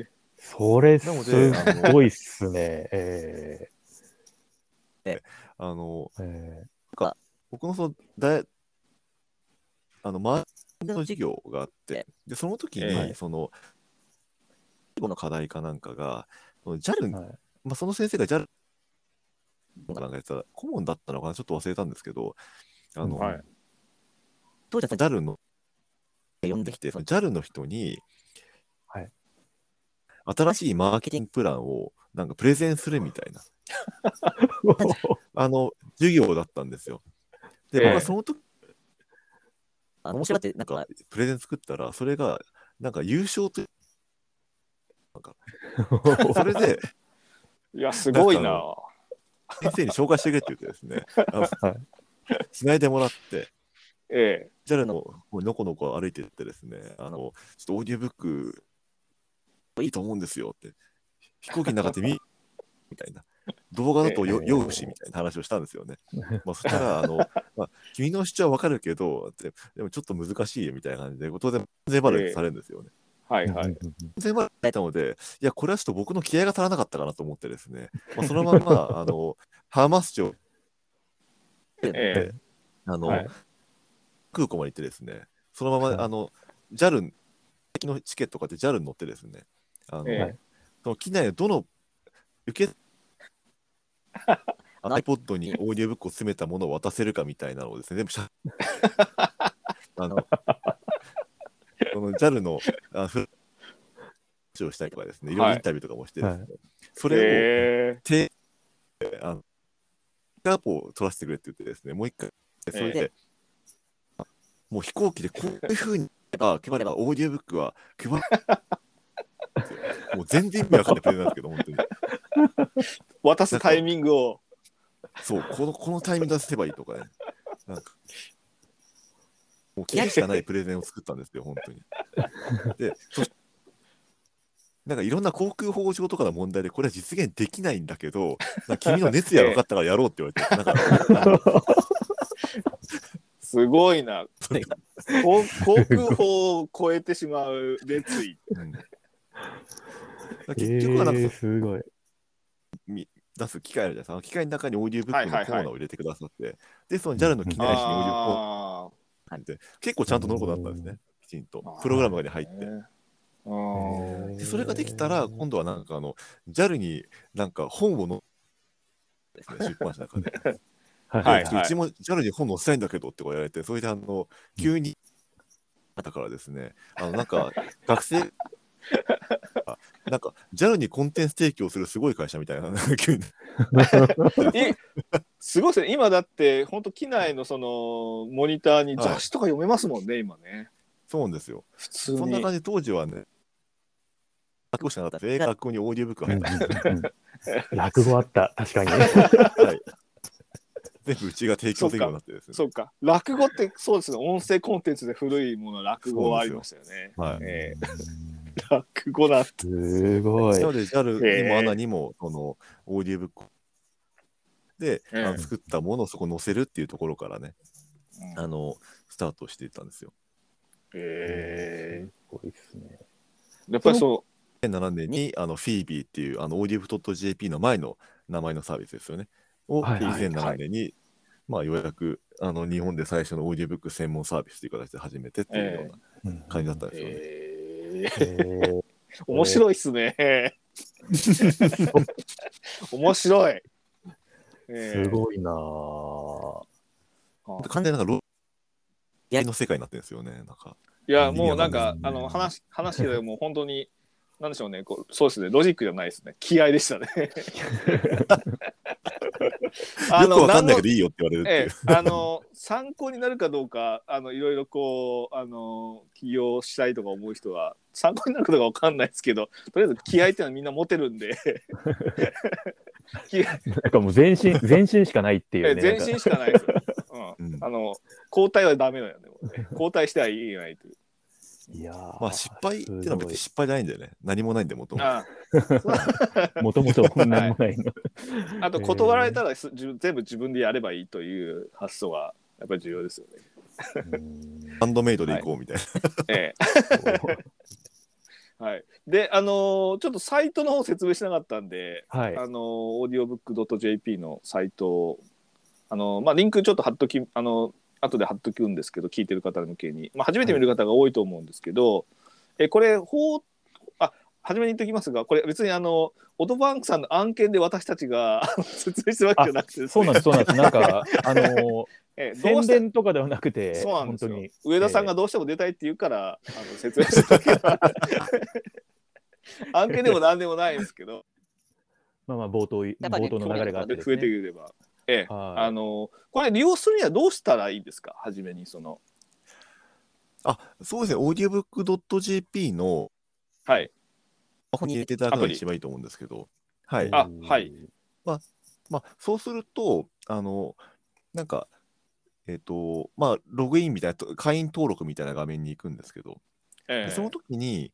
Speaker 1: え。
Speaker 2: それ、す
Speaker 3: なので
Speaker 2: ごいっすね。え
Speaker 3: あの、
Speaker 2: ーえ
Speaker 3: 僕のその大、ああの、マーケティングの授業があって、で、その時に、
Speaker 1: ええ
Speaker 3: その、最後の課題かなんかが、その JAL、
Speaker 2: はい
Speaker 3: まあ、その先生が JAL かなんかやってたら、顧問だったのかな、ちょっと忘れたんですけど、あの、
Speaker 1: はい
Speaker 4: 当時は
Speaker 3: JAL の
Speaker 4: 呼
Speaker 3: で
Speaker 4: んで
Speaker 3: き
Speaker 4: き
Speaker 3: て、
Speaker 4: て、
Speaker 3: その JAL の人に、
Speaker 2: はい
Speaker 3: 新しいマーケティングプランをなんかプレゼンするみたいな、あの、授業だったんですよ。で、
Speaker 1: ええ
Speaker 3: 僕はその時、
Speaker 4: あ面白かって、なんか、
Speaker 3: プレゼン作ったら、それが、なんか優勝と、なんか、
Speaker 1: [laughs]
Speaker 3: それで、
Speaker 1: いや、すごい
Speaker 3: なん
Speaker 1: な。
Speaker 3: 先生に紹介してくれって言ってですね、あの
Speaker 2: はい
Speaker 3: つないでもらって、
Speaker 1: え
Speaker 3: JAL の方にのこのこ歩いてってですね、あの、ちょっとオーディオブック、いいと思うんですよって、飛行機の中で見、 [laughs] みたいな、動画だとよ
Speaker 2: ええ
Speaker 3: 酔うし、みたいな話をしたんですよね。
Speaker 2: [laughs]
Speaker 3: まあ、そしたら、あの、まあ、君の主張はわかるけど、ででもちょっと難しいよみたいな感じで、当然、全バレされるんですよね。
Speaker 1: え。はいはい。
Speaker 3: 全バレされたので、いや、これはちょっと僕の気合が足らなかったかなと思ってですね、まあ、そのまんま、あの、ハーマス町、
Speaker 1: ええ。
Speaker 3: あの、
Speaker 1: はい
Speaker 3: 空港まで行ってですね、そのまま、
Speaker 2: はい
Speaker 3: あの、JAL、のチケット買って JAL に乗ってですね、あの、
Speaker 1: ええ
Speaker 3: その機内のどの受け iPod にオーディオブックを詰めたものを渡せるかみたいなのをですね、全部しゃあの、その JAL の、あふ話をしたりとかですね、いろいろインタビューとかもしてですね、
Speaker 2: はい
Speaker 3: それを、
Speaker 1: え
Speaker 3: あの、ピックアップを取らせてくれって言ってですね、もう一回、それで、もう飛行機でこういうふうに、あ、配ればオーディオブックは配る。もう全然意味わかんないプレゼンなんですけど、本当に。
Speaker 1: え。渡すタイミングを。
Speaker 3: そう、この、 [laughs] このタイミング出せばいいとかね。なんか、もう気合しかないプレゼンを作ったんですよ、本
Speaker 1: [laughs]
Speaker 3: 当に。で、そしなんかいろんな航空法上とかの問題で、これは実現できないんだけど、なんか君の熱意が分かったからやろうって言われて、なんか、
Speaker 1: すごいな。航航空法を超えてしまう熱意。
Speaker 3: うんだから結局はなんか
Speaker 2: えーすごい。
Speaker 3: 出す機械あるじゃないですか、あの機械の中にオーディオブックの
Speaker 1: はい
Speaker 3: コ
Speaker 1: はいは
Speaker 3: ーナ
Speaker 1: い
Speaker 3: ーを入れてくださって、で、その JAL の機内誌にオーディオブックを
Speaker 1: あ
Speaker 3: 入れて、結構ちゃんと乗ることだったんですね、きちんと
Speaker 1: あー。
Speaker 3: プログラムがに入っ
Speaker 1: あ。
Speaker 3: て。
Speaker 1: あー
Speaker 3: でそれができたら、今度はなんかあの、JAL になんか本をの、ですね、出版社の中で。
Speaker 2: はい
Speaker 1: はい
Speaker 3: でちょっとうちも JAL に本載せたいんだけどってこう言われて、それであの、急に、だからですね、あの、なんか、学生、あなんか、JAL にコンテンツ提供するすごい会社みたいな、急に。
Speaker 1: えすごいですね。今だって、本当機内のそのモニターに雑誌とか読めますもんね、今ね。
Speaker 3: そうなんですよ。
Speaker 1: 普通
Speaker 3: そんな
Speaker 1: に。
Speaker 3: 感じで当時はね、学校しかなかったです。映画学校にオーディオブックが入った。
Speaker 2: うんうんうん落語あった、確かに。
Speaker 3: 全部うちが提供するようになってですね。
Speaker 1: そうか。落語ってそうですね。音声コンテンツで古いもの、落語はありましたよね。
Speaker 3: はい。
Speaker 1: ええ落語だ。
Speaker 2: すごい
Speaker 3: な。ので JAL に
Speaker 1: え
Speaker 3: も
Speaker 1: え
Speaker 3: ANA にも、その、オーディオブックで、
Speaker 1: ええ
Speaker 3: あの作ったものをそこに載せるっていうところからね、あの、スタートしていったんですよ。
Speaker 1: え
Speaker 2: すごいですね。
Speaker 1: えやっぱりそ
Speaker 3: 2007年に、あの、フィービーっていう、あの、オーディオブ .jp の前の名前のサービスですよね。を、
Speaker 2: はいはい
Speaker 3: 2007年に、まあ、ようやく、あの、日本で最初のオーディオブック専門サービスという形で始めてっていうような感じだったん
Speaker 1: う、
Speaker 3: ですよね。
Speaker 1: ええ
Speaker 2: えー
Speaker 1: 面白いっすね。面白い。ええ
Speaker 2: すごいなぁ。
Speaker 1: あ
Speaker 3: 完全になんかロやりの世界になってるんですよね。なんか
Speaker 1: いや、もうなんか、
Speaker 3: いや
Speaker 1: あの、話、話でもう本当に、なんでしょうね、こう、そうですね、ロジックじゃないですね。気合でしたね。
Speaker 3: [laughs]
Speaker 1: あ
Speaker 3: よくわかんないけ
Speaker 1: の
Speaker 3: どいいよって言われるってい
Speaker 1: え
Speaker 3: う。
Speaker 1: え、あの参考になるかどうかあのいろいろこうあの起業したいとか思う人は参考になるかどうかわかんないですけどとりあえず気合っていうのはみんな持てるんで気合
Speaker 2: なんかもう全身、
Speaker 1: [laughs]
Speaker 2: 全身しかないっていうね。
Speaker 1: 全身しかないですよ、う
Speaker 3: うん
Speaker 1: ん、あの交代はダメだよねもうね交代してはいけないという
Speaker 2: いやー
Speaker 3: まあ失敗っていうのは別に失敗じゃないんだよね。何もないんでもともと。
Speaker 1: あ
Speaker 2: もともとこんなんもないの。
Speaker 1: あと断られたらす自分全部自分でやればいいという発想がやっぱり重要ですよね。
Speaker 3: ハンドメイドでいこうみたいな。
Speaker 1: ええはい、であのーちょっとサイトの方説明しなかったんで、
Speaker 2: はい
Speaker 1: あ。のー、オーディオブック .jp のサイトを、あのーまあ、リンクちょっと貼っとき、あの後で貼っとくんですけど聞いてる方向けに、まあ、初めて見る方が多いと思うんですけど、えこれ法あ初めに言っておきますがこれ別にあのオトバンクさんの案件で私たちが [laughs] 説明してるわけじゃなくてです
Speaker 2: そう
Speaker 1: ね
Speaker 2: なんです、そうなんです。な
Speaker 1: [laughs]
Speaker 2: んか、あの
Speaker 1: えどう
Speaker 2: 宣
Speaker 1: して
Speaker 2: 伝とかではなくて、
Speaker 1: そうなんですよ
Speaker 2: 本
Speaker 1: 上田さんがどうしても出たいって言うから、あの説明しただけ
Speaker 2: [laughs]
Speaker 1: なんで案件でも何でもないんですけど
Speaker 2: まあまあ冒頭い、
Speaker 4: やっぱね
Speaker 2: 冒頭の流れがあってです
Speaker 1: 増えて
Speaker 2: ね。
Speaker 1: くれば、ええ
Speaker 2: はい
Speaker 1: あのこれ利用するにはどうしたらいいですか初めにその
Speaker 3: あ、そうですね、オーディオブックドット JP の、
Speaker 1: はい
Speaker 3: ここに入れていただくのが一番いいと思うんですけど、はい。
Speaker 1: あはい
Speaker 3: まあ、そうすると、あの、なんか、えっ、と、まあ、ログインみたいなと、会員登録みたいな画面に行くんですけど、
Speaker 1: ええ
Speaker 3: その時に、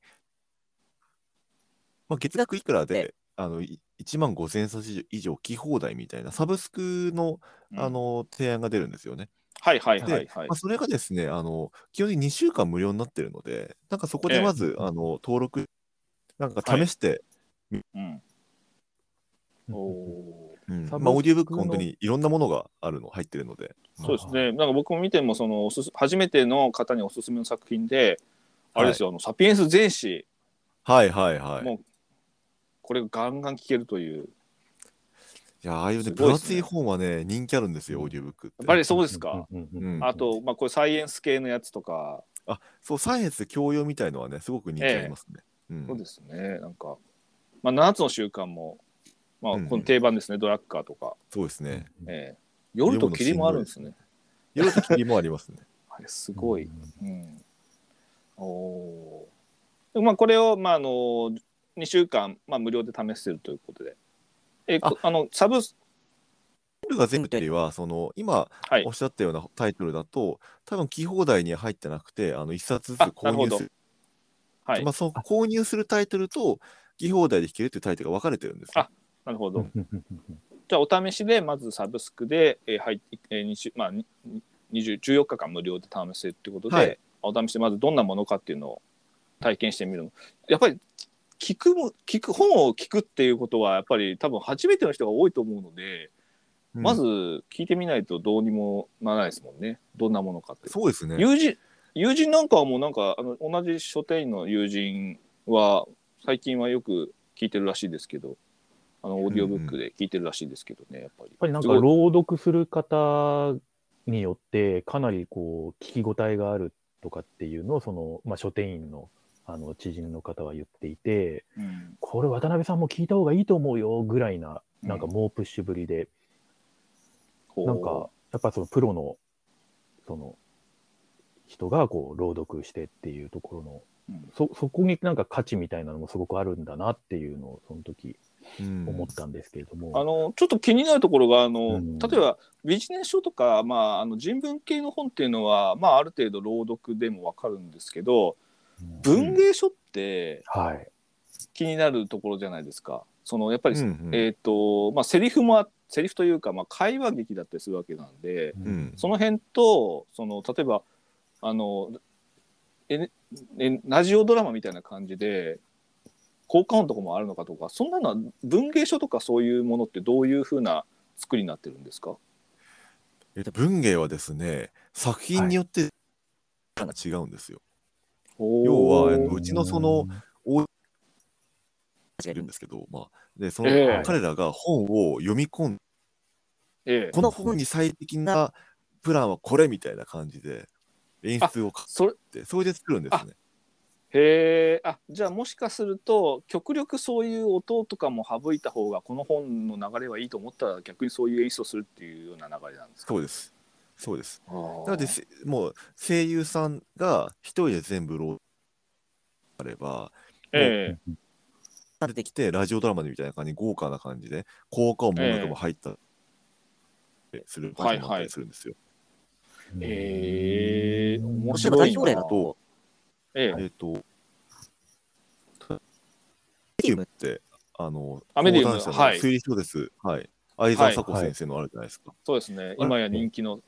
Speaker 3: まあ、月額いくらで、あの、い1万5000円差し以上来放題みたいな、サブスクの、
Speaker 1: うん
Speaker 3: あの、提案が出るんですよね。
Speaker 1: はいはい
Speaker 3: で、
Speaker 1: はいはい
Speaker 3: まあ、それがですね、あの、基本的に2週間無料になってるので、なんかそこ
Speaker 1: え
Speaker 3: で
Speaker 1: え
Speaker 3: まず、あの、登録、なんか
Speaker 1: はい
Speaker 3: 試して、
Speaker 1: うん
Speaker 2: うん
Speaker 1: おー
Speaker 3: うん
Speaker 2: サブ
Speaker 3: まあ、オーディオブッ
Speaker 2: スク
Speaker 3: ク
Speaker 2: の
Speaker 3: 本当にいろんなものがあるの、入ってるので。
Speaker 1: そうですね、なんか僕も見てもそのおすす初めての方におすすめの作品で、あれですよ、あのサピエンス全史、
Speaker 3: はいはいはい。
Speaker 1: もうこれがガンガン聴けるという、
Speaker 3: いや、ああいうね、
Speaker 1: すごい
Speaker 3: 分
Speaker 1: っすね
Speaker 3: 厚い本はね、人気あるんですよ、
Speaker 2: うん
Speaker 3: オーディオブックって。
Speaker 1: やっぱりそうですか、
Speaker 2: うんうんうん
Speaker 3: うん
Speaker 1: あと、まあ、これサイエンス系のやつとか、
Speaker 3: あそう、サイエンス教養みたいのはね、すごく人気ありますね。うん
Speaker 1: そうですね、なんか、まあ、7つの習慣も、まあ、
Speaker 3: うん
Speaker 1: この定番ですね、ドラッカーとか、
Speaker 3: そうですね。
Speaker 1: ええ夜と霧もあるんですね。
Speaker 3: 夜と霧もありま
Speaker 1: [laughs]
Speaker 3: すね。
Speaker 1: あれすごい。。うん、おーまあこれを、まあ、あの2週間、まあ、無料で試せるということで。え
Speaker 3: あ
Speaker 1: こあのサブス
Speaker 3: 夜が全部っていうよりは、その、今
Speaker 1: はい
Speaker 3: おっしゃったようなタイトルだと、多分、来放題には入ってなくて、あの、一冊ずつ
Speaker 1: あな
Speaker 3: 購
Speaker 1: るほ
Speaker 3: 入
Speaker 1: ど
Speaker 3: する。
Speaker 1: はい
Speaker 3: まあ、そう購入するタイトルと、来放題で弾けるっていうタイトルが分かれてるんですよ
Speaker 1: あなるほ
Speaker 2: う
Speaker 1: ど
Speaker 2: [laughs] んうんうんうんうん
Speaker 1: じゃあお試しでまずサブスクで、えー入ってえー二週まあ、に20 14日間無料で試せるということで、
Speaker 3: はい
Speaker 1: お試しでまずどんなものかっていうのを体験してみるのやっぱり聞くも聞く本を聞くっていうことはやっぱり多分初めての人が多いと思うので、
Speaker 3: うん
Speaker 1: まず聞いてみないとどうにもならないですもんねどんなものかって。
Speaker 3: そうですね。
Speaker 1: 友人友人なんかはもうなんかあの同じ書店員の友人は最近はよく聞いてるらしいですけどあのオーディオブックで聞いてるらしいですけどね、やっぱり。
Speaker 2: やっぱりなん
Speaker 1: す
Speaker 2: か
Speaker 1: ごい
Speaker 2: 朗読する方によってかなりこう聞き応えがあるとかっていうのをその、まあ、書店員のあの知人の方は言っていて
Speaker 1: うん
Speaker 2: これ渡辺さんも聞いた方がいいと思うよぐらいななんか猛プッシュぶりで、
Speaker 1: こう
Speaker 2: なんかやっぱそのプロのその人がこう朗読してっていうところの
Speaker 1: うん
Speaker 2: そそこになんか価値みたいなのもすごくあるんだなっていうのをその時
Speaker 3: うん
Speaker 2: 思ったんですけれども。
Speaker 1: あのちょっと気になるところがあの、
Speaker 2: うん
Speaker 1: 例えばビジネス書とか、まあ、あの人文系の本っていうのは、まあ、ある程度朗読でもわかるんですけど
Speaker 2: うん
Speaker 1: 文芸書って
Speaker 2: はい、
Speaker 1: 気になるところじゃないですか。そのやっぱり、
Speaker 3: うんうん
Speaker 1: えっ、とまあセリフもあセリフというか、まあ、会話劇だったりするわけなんで、
Speaker 3: うん
Speaker 1: その辺とその例えばあのえ、えラジオドラマみたいな感じで効果音とかもあるのかとかそんなのは文芸書とかそういうものってどういうふうな作りになってるんですか
Speaker 3: えっと文芸はですね、作品によってなんか違うんですよ。要はあのうちのその
Speaker 4: 確か
Speaker 3: いるん
Speaker 4: に
Speaker 3: で。すけど、まあ、でその、
Speaker 1: ええ
Speaker 3: 彼らが本を読み込んで、
Speaker 1: ええ、
Speaker 3: この本に最適なプランはこれみたいな感じで演出をか
Speaker 1: それ
Speaker 3: って、それで作るんですね。
Speaker 1: へえあじゃあもしかすると極力そういう音とかも省いた方がこの本の流れはいいと思ったら逆にそういう演出をするっていうような流れなんですか
Speaker 3: そうです。そうです。な
Speaker 1: な
Speaker 3: ので、せもう声優さんが一人で全部ローあれば、
Speaker 1: え
Speaker 3: 出てきて、ラジオドラマみたいな感じ、豪華な感じで、効果音も音楽も入った、する感じもあったりするんですよ。
Speaker 1: えええ面
Speaker 4: 例え
Speaker 1: 白
Speaker 4: ば
Speaker 1: いな
Speaker 4: 代表例だと、
Speaker 1: ええ
Speaker 3: えっ、と、メディウムって、あの、
Speaker 1: あメディウム
Speaker 3: 講談社
Speaker 1: はい
Speaker 3: の推理小説、はい。相沢佐子先生のあるじゃないですか。
Speaker 1: そうですね今や人気の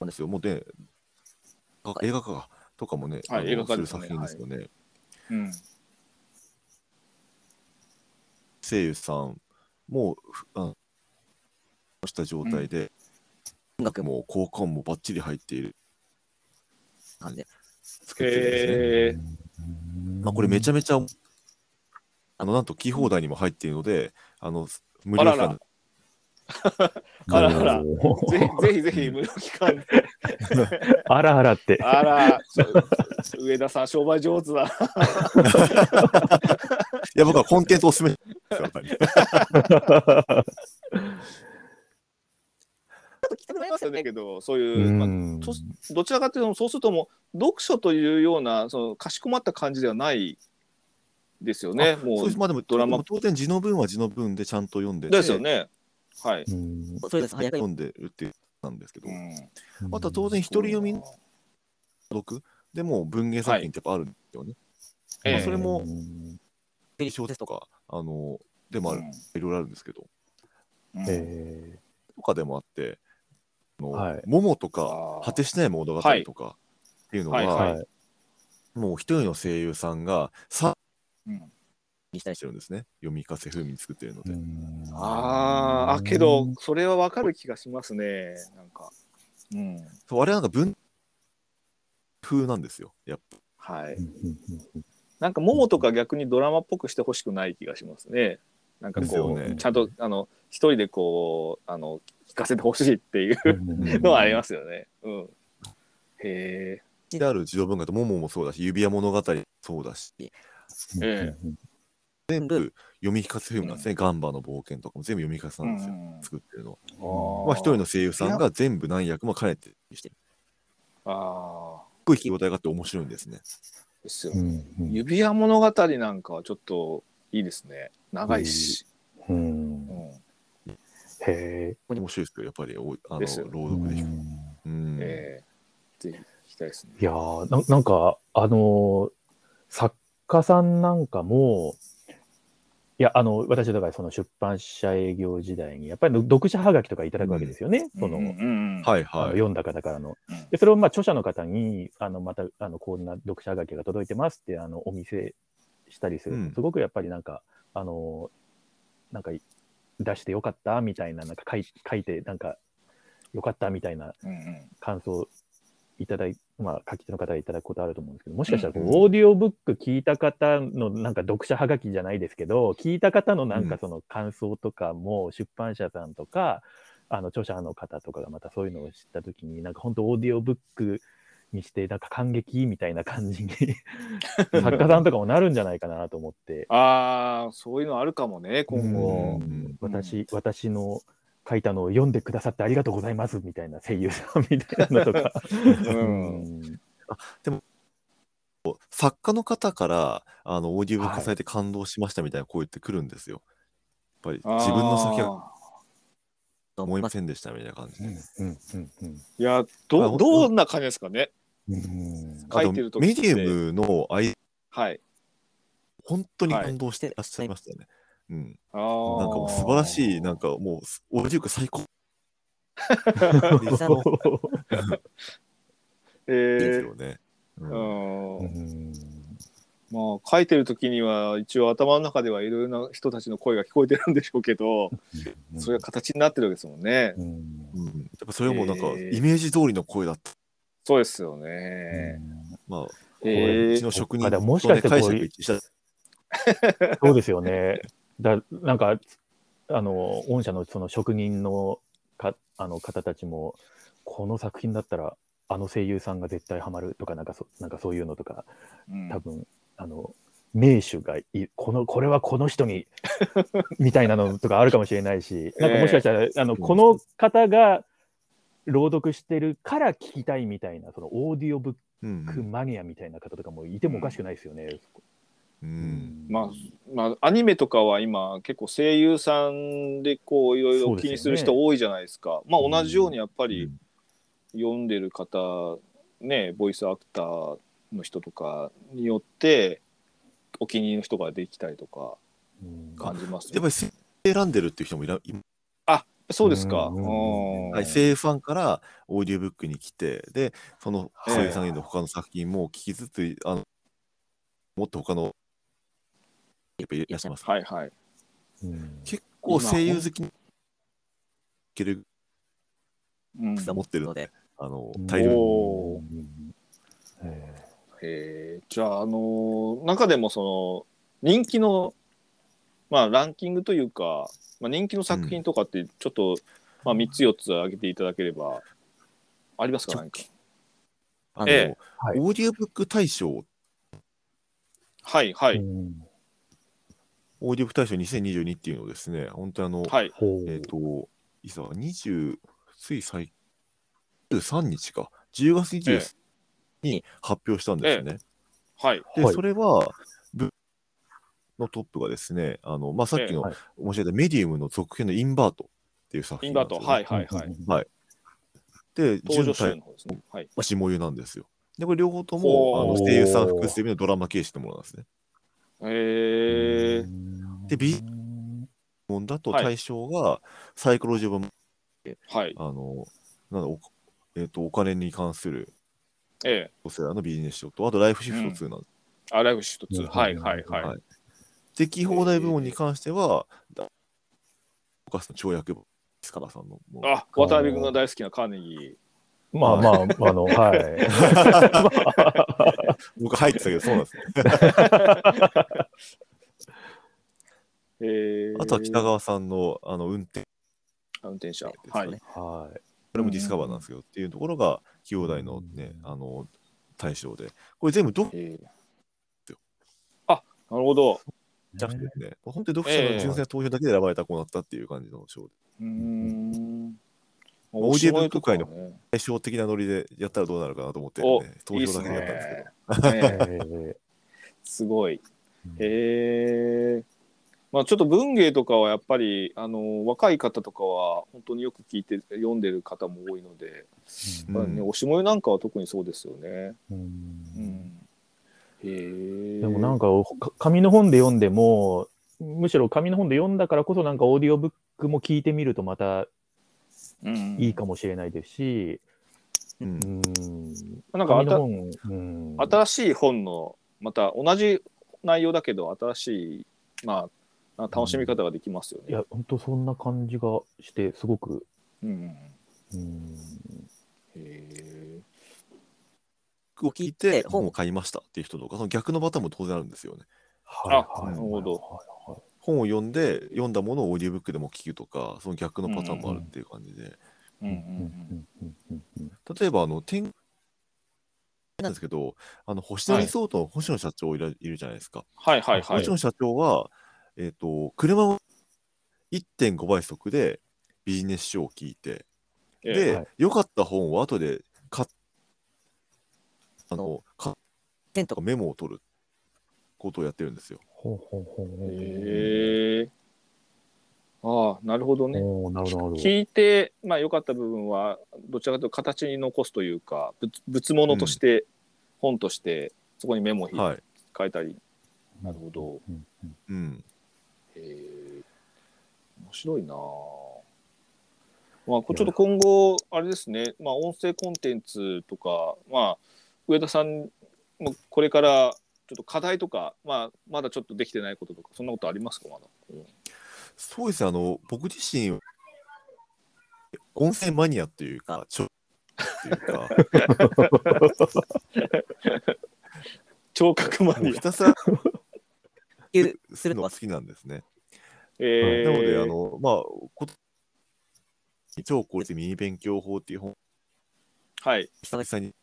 Speaker 3: なんですよ。もうで、あ映画化がとかもね、
Speaker 1: はい
Speaker 3: あの
Speaker 1: 映画化
Speaker 3: す
Speaker 1: で
Speaker 3: る
Speaker 1: すね
Speaker 3: 作品ですよね。
Speaker 1: うん
Speaker 3: 声優さんも、ふあのした状態で、
Speaker 4: 音楽も
Speaker 3: もう交換もバッチリ入っている
Speaker 4: なんで、
Speaker 3: 作ってるんですね。
Speaker 1: えー
Speaker 3: まあ、これめちゃめちゃ、あの、なんとキー放題にも入っているので、あの、無料
Speaker 1: あら
Speaker 3: 期
Speaker 1: ら
Speaker 3: 間
Speaker 1: あらあら
Speaker 2: おー
Speaker 1: ぜひぜひぜ [laughs] ひ無料期間で。
Speaker 2: あらあらって。
Speaker 1: あら、ちょ上田さん、商売上手だ。
Speaker 3: いや、僕はコンテンツをおすすめしますやっぱり
Speaker 4: 聞きたく
Speaker 1: あり
Speaker 4: なり
Speaker 1: ま
Speaker 4: ますす
Speaker 1: よ
Speaker 4: よ
Speaker 1: ね
Speaker 4: ね。
Speaker 1: けど、そういうう、まあ
Speaker 2: ん
Speaker 1: そどちらかというと、そうするともう、読書というような、そのかしこまった感じではないですよね。 [laughs] も
Speaker 3: そう
Speaker 1: う
Speaker 3: です。まあでも、
Speaker 1: ドラマ
Speaker 3: 当然字の文は字の文でちゃんと読んでて
Speaker 1: ですよね。はい。
Speaker 2: うん
Speaker 4: そうです。早い。
Speaker 3: 読んでるっていうことなんですけど、
Speaker 1: うん
Speaker 3: また当然一人読みの読でも文芸作品ってやっぱあるんですよね。
Speaker 1: え
Speaker 3: ま
Speaker 1: え
Speaker 3: あそれも
Speaker 2: うん
Speaker 3: 小説とか、あの、でもある、いろいろあるんですけど、
Speaker 1: うん
Speaker 2: え
Speaker 3: とかでもあって、あの
Speaker 2: はい
Speaker 3: 桃と
Speaker 1: あ
Speaker 3: か
Speaker 1: ー
Speaker 3: 果てしない物語とかっていうのが、
Speaker 1: はい
Speaker 2: ー
Speaker 1: はい
Speaker 2: はい。
Speaker 3: もう一人の声優さんが3
Speaker 1: うん
Speaker 4: にしたい
Speaker 3: してるんですね。読み聞かせ風味に作ってるので。
Speaker 1: あーあ、けど、それはわかる気がしますね。なんか。うん。
Speaker 3: そうあれなんか文風なんですよ。やっぱ
Speaker 1: はい
Speaker 2: うん。うん
Speaker 1: なんか、桃とか逆にドラマっぽくしてほしくない気がしますね。なんか
Speaker 3: ですよ
Speaker 1: こう、
Speaker 3: ね
Speaker 1: ちゃんと、あの、一人でこう、あの、聞かせてほしいっていう
Speaker 2: う
Speaker 1: うん
Speaker 2: うん
Speaker 1: [laughs]
Speaker 2: うん
Speaker 1: のはありますよね。うん。へえ。
Speaker 3: である児童文学と「モモもそうだし「指輪物語」そうだし
Speaker 2: うん
Speaker 1: え
Speaker 3: 全部読み聞かせ風味なんですね。ガンバの冒険とかも全部読み聞かせなんですよ。作ってるのは。
Speaker 2: あ
Speaker 3: まあ一人の声優さんが全部何役も兼ねてして、す
Speaker 1: ああ。
Speaker 3: ごい聞き応えがあって面白いんですね。
Speaker 1: ですよ
Speaker 2: ーう
Speaker 1: ね。
Speaker 2: んうん
Speaker 1: 指輪物語なんかはちょっといいですね。長いし。
Speaker 2: うん
Speaker 1: うん。
Speaker 2: へ
Speaker 3: 面白いですけど、やっぱりおあの
Speaker 1: ですよ
Speaker 3: 朗
Speaker 2: ー
Speaker 3: 読で聞く。
Speaker 2: うん
Speaker 3: うん
Speaker 1: ええぜひ聞きたいですね。
Speaker 2: いやーななんか、あのー作家さんなんかも、いや、あの、私、だからその出版社営業時代に、やっぱり読者はがきとかいただくわけですよね。その、
Speaker 1: うんうんうん
Speaker 3: はい
Speaker 2: あの
Speaker 3: はい。
Speaker 2: 読んだ方からの
Speaker 1: うん。
Speaker 2: で、それをまあ著者の方に、あの、また、あの、こんな読者はがきが届いてますって、あの、お見せしたりすると
Speaker 3: うん
Speaker 2: すごくやっぱりなんか、あの、なんか、出してよかったみたいな、なんか書い書いて、なんか、よかったみたいな
Speaker 1: うんうん
Speaker 2: 感想いただい、まあ、書き手の方がいただくことあると思うんですけど、もしかしたらこう、
Speaker 3: うんうん
Speaker 2: オーディオブック聞いた方の、なんか読者はがきじゃないですけど、聞いた方のなん
Speaker 3: う
Speaker 2: か
Speaker 3: ん
Speaker 2: その感想とかも、出版社さんとか、あの、著者の方とかがまたそういうのを知ったときに、なんか本当オーディオブックにして、なんか感激みたいな感じに、作家さんとかもなるんじゃないかなと思って、
Speaker 1: ああ、そういうのあるかもね、今
Speaker 3: う
Speaker 1: 後。
Speaker 3: ん
Speaker 2: 私、私の書いたのを読んでくださってありがとうございますみたいな声優さんみたいなのとか。
Speaker 1: うん
Speaker 2: うん
Speaker 3: 作家の方からあのオーディオブック化されて感動しましたみたいな声ってくるんですよ。やっぱり自分の先は
Speaker 1: あ
Speaker 4: と
Speaker 3: 思
Speaker 4: 思
Speaker 3: い
Speaker 4: い
Speaker 3: ま
Speaker 4: ます。
Speaker 3: せんでしたみたいな感じで。
Speaker 2: うんうんうん
Speaker 1: ーいや、
Speaker 3: あ
Speaker 1: ど
Speaker 3: ほん
Speaker 1: う、どんな感じですかね。
Speaker 2: うん
Speaker 1: 書いてる
Speaker 3: あ
Speaker 1: 時
Speaker 3: とメ
Speaker 1: って
Speaker 3: ディウムの愛
Speaker 1: はい。
Speaker 3: 本当に感動していらっしゃいましたよね。うん、
Speaker 1: あ
Speaker 3: な
Speaker 1: あ。
Speaker 3: んかもう素晴らしい、なんかもうすオーディオブック最高
Speaker 4: 実際の
Speaker 1: え
Speaker 3: です
Speaker 1: ー
Speaker 3: よね。
Speaker 1: う
Speaker 3: うん
Speaker 1: ん
Speaker 2: うん
Speaker 1: まあ、書いてる時には一応頭の中ではいろいろな人たちの声が聞こえてるんでしょうけど、それが形になってるわけですもんね。
Speaker 2: うん
Speaker 3: うん、やっぱそれはもうなんか
Speaker 1: えー
Speaker 3: イメージ通りの声だった。
Speaker 1: そうですよね。
Speaker 3: まあ、
Speaker 1: え
Speaker 3: う
Speaker 1: ー
Speaker 3: ちの職人
Speaker 2: あでももしかして
Speaker 3: とね
Speaker 2: こういう
Speaker 3: 解釈一致した
Speaker 2: そうですよね。だなんかあの御社のその職人のかあの方たちもこの作品だったらあの声優さんが絶対ハマるとかなんかそなんかそういうのとか
Speaker 1: うん
Speaker 2: 多分あの名手がいこのこれはこの人にみたいなのとかあるかもしれないし、なんかもしかしたら、あのこの方が朗読してるから聞きたいみたいな、そのオーディオブックマニアみたいな方とかもいてもおかしくないですよね。
Speaker 3: うんう、
Speaker 2: うん
Speaker 1: まあまあ、アニメとかは今結構声優さんでこういろい
Speaker 2: そ
Speaker 1: ろ
Speaker 2: うです
Speaker 1: 気
Speaker 2: よね
Speaker 1: にする人多いじゃないですかまあ同じようにやっぱり
Speaker 3: う
Speaker 1: 読んでる方ねボイスアクターの人とかによってお気に入りの人ができたりとか
Speaker 2: うん
Speaker 1: 感じます
Speaker 3: やっ
Speaker 1: ね
Speaker 3: ぱり声優選んでるっていう人もいらい
Speaker 1: そうですか
Speaker 2: う
Speaker 1: うんん
Speaker 3: はい、声優ファンからオーディオブックに来て、で、その
Speaker 1: ええ
Speaker 3: 声優さんの他の作品も聞きつつ、あのもっと他の、やっぱいらっしゃいます。
Speaker 1: はいはい
Speaker 2: うん
Speaker 3: 結構声優好きにいける
Speaker 1: うん
Speaker 4: 草
Speaker 3: 持ってる
Speaker 4: ので、
Speaker 3: あの
Speaker 2: うん
Speaker 3: 大量に
Speaker 1: おーへえじゃあ、あのー中でもその人気の、まあ、ランキングというか、まあ、人気の作品とかってちょっと、まあ、3つ4つ挙げていただければありますか
Speaker 3: 直
Speaker 1: 何か
Speaker 3: あの、
Speaker 1: え
Speaker 2: はい
Speaker 3: オーディオブック大賞、
Speaker 1: はいはい、
Speaker 2: うん
Speaker 3: オーディオブック大賞2022っていうのをですね、本当にあの、
Speaker 1: はい
Speaker 2: ほう
Speaker 3: えっ、と、いざ20、つい最、23日か、10月
Speaker 1: え
Speaker 3: 20
Speaker 1: え
Speaker 3: 日に発表したんですよね。
Speaker 1: はい
Speaker 3: で、
Speaker 2: はい
Speaker 3: それは、ぶのトップがですね、あの、まあ、さっきの
Speaker 2: え
Speaker 3: 申し上げたメディウムの続編のインバートっていう作
Speaker 1: イ
Speaker 3: 品
Speaker 1: ン
Speaker 3: な
Speaker 1: バ
Speaker 3: ん
Speaker 1: ー
Speaker 3: です
Speaker 1: ト
Speaker 3: よ
Speaker 1: はいは
Speaker 3: ね、
Speaker 1: いは
Speaker 2: うん
Speaker 1: い
Speaker 3: で、
Speaker 1: 登場
Speaker 3: 純
Speaker 1: 集
Speaker 3: 対
Speaker 1: の方ですねはい
Speaker 3: 下湯なんですよ。で、これ両方とも、あ
Speaker 1: ほう
Speaker 3: の声優さん複数のドラマ形式のものなんですね。
Speaker 1: へえ
Speaker 3: でビジもんだと
Speaker 1: はい
Speaker 3: 対象がサイコロジー版、
Speaker 1: はい
Speaker 3: あの、なんだおえっとお金に関する
Speaker 1: ええ
Speaker 3: 女性のビジネス書と、あとライフシフト2なんで
Speaker 1: アライブシフト2
Speaker 2: うん
Speaker 1: はいはいはい、
Speaker 3: はいす。で、キー放題部門に関しては、だお母さんの跳躍部、スカラさんのもの。
Speaker 1: あ渡辺君が大好きなカーネギ
Speaker 2: まあまあ、あの、はい。
Speaker 3: 僕入ってたけど、そうなんです [laughs] ね。
Speaker 1: ーええ
Speaker 3: あとは北川さんのあの運転
Speaker 1: 運転者
Speaker 3: です
Speaker 1: は
Speaker 3: か
Speaker 1: い
Speaker 3: ね。
Speaker 2: はい。
Speaker 3: これもディスカバーなんですけど、っていうところが、キー放題のね、あの、対象で。これ全部読
Speaker 1: ええあなるほど
Speaker 3: 者ですね。本当に読者の純粋な投票だけで選ばれた子だったっていう感じの賞で
Speaker 1: うーん。
Speaker 3: オーディオブック界の
Speaker 1: お芝居とかね
Speaker 3: 対照的なノリでやったらどうなるかなと思って、
Speaker 1: お
Speaker 3: ね、投票だけでやったんです
Speaker 1: いい
Speaker 3: けど。
Speaker 1: っすね [laughs] ねえ
Speaker 2: え
Speaker 1: すごい。
Speaker 2: え
Speaker 1: へえ。まあちょっと文芸とかはやっぱりあの若い方とかは本当によく聞いて読んでる方も多いので、
Speaker 3: うん
Speaker 1: まあね、おしもゆなんかは特にそうですよね。
Speaker 2: うん
Speaker 1: へえ。
Speaker 2: でもなんか、か紙の本で読んでも、むしろ紙の本で読んだからこそ、なんかオーディオブックも聞いてみるとまたいいかもしれないですし、
Speaker 3: うん
Speaker 2: うん。
Speaker 1: なんかあ
Speaker 2: 紙
Speaker 1: た
Speaker 2: の本、うん
Speaker 1: 新しい本のまた同じ内容だけど新しいまあ楽しみ方ができますよ
Speaker 2: い
Speaker 1: ね。
Speaker 2: や、本当そんな感じがして、すごく、
Speaker 1: うん。
Speaker 2: うん。
Speaker 1: へえ。
Speaker 3: を聞いて本を買いましたっていう人とか、その逆のパターンも当然あるんですよね。
Speaker 2: はいはい
Speaker 1: なるほど
Speaker 2: はいはい
Speaker 3: 本を読んで、読んだものをオーディオブックでも聞くとか、その逆のパターンもあるっていう感じで、
Speaker 1: うんうん
Speaker 2: うんうんうんうん
Speaker 3: 例えば、あの、天なんですけど、あの星野リゾートの星野社長いら、い、るじゃないですか。
Speaker 1: はいはいはい
Speaker 3: 星。野社長は、えっ、と、車を1.5倍速でビジネス書を聞いて、
Speaker 1: ええ
Speaker 3: で、
Speaker 2: はい
Speaker 3: 良かった本を後で買っあの、買っ
Speaker 4: テント
Speaker 3: た
Speaker 4: が
Speaker 3: メモを取ることをやってるんですよ。
Speaker 2: ほうほうほうほう
Speaker 1: へえ。ああ、なるほどね。
Speaker 2: おおなるほど、なるほど。
Speaker 1: 聞いて、まあ良かった部分は、どちらかというと形に残すというか、物物物として、本として、そこにメモを引い
Speaker 3: はい。
Speaker 1: 書いたり。
Speaker 2: な
Speaker 1: るほど。
Speaker 2: うんうん
Speaker 3: うん。
Speaker 1: へえ。面白いなあまあ、こちょっと今後、あれですね、まあ、音声コンテンツとか、まあ、上田さんもこれから、ちょっと課題とか、まあ、まだちょっとできてないこととか、そんなことありますか、まだ。
Speaker 3: そうですね、あの、僕自身、音声マニアというか、ちょっていうか、
Speaker 1: 聴覚 [laughs] マ
Speaker 3: も
Speaker 1: ニ
Speaker 3: う
Speaker 1: ア
Speaker 3: ひ。たすら
Speaker 4: 普及
Speaker 3: す
Speaker 4: す
Speaker 3: る
Speaker 4: る
Speaker 3: のが
Speaker 4: のは
Speaker 3: 好きなんですね。
Speaker 1: え
Speaker 3: なので、
Speaker 1: ー
Speaker 3: あの、まあ、こと超効率ミニ勉強法っていう本を
Speaker 1: はい。
Speaker 4: 久々
Speaker 3: 久
Speaker 4: に
Speaker 3: 々に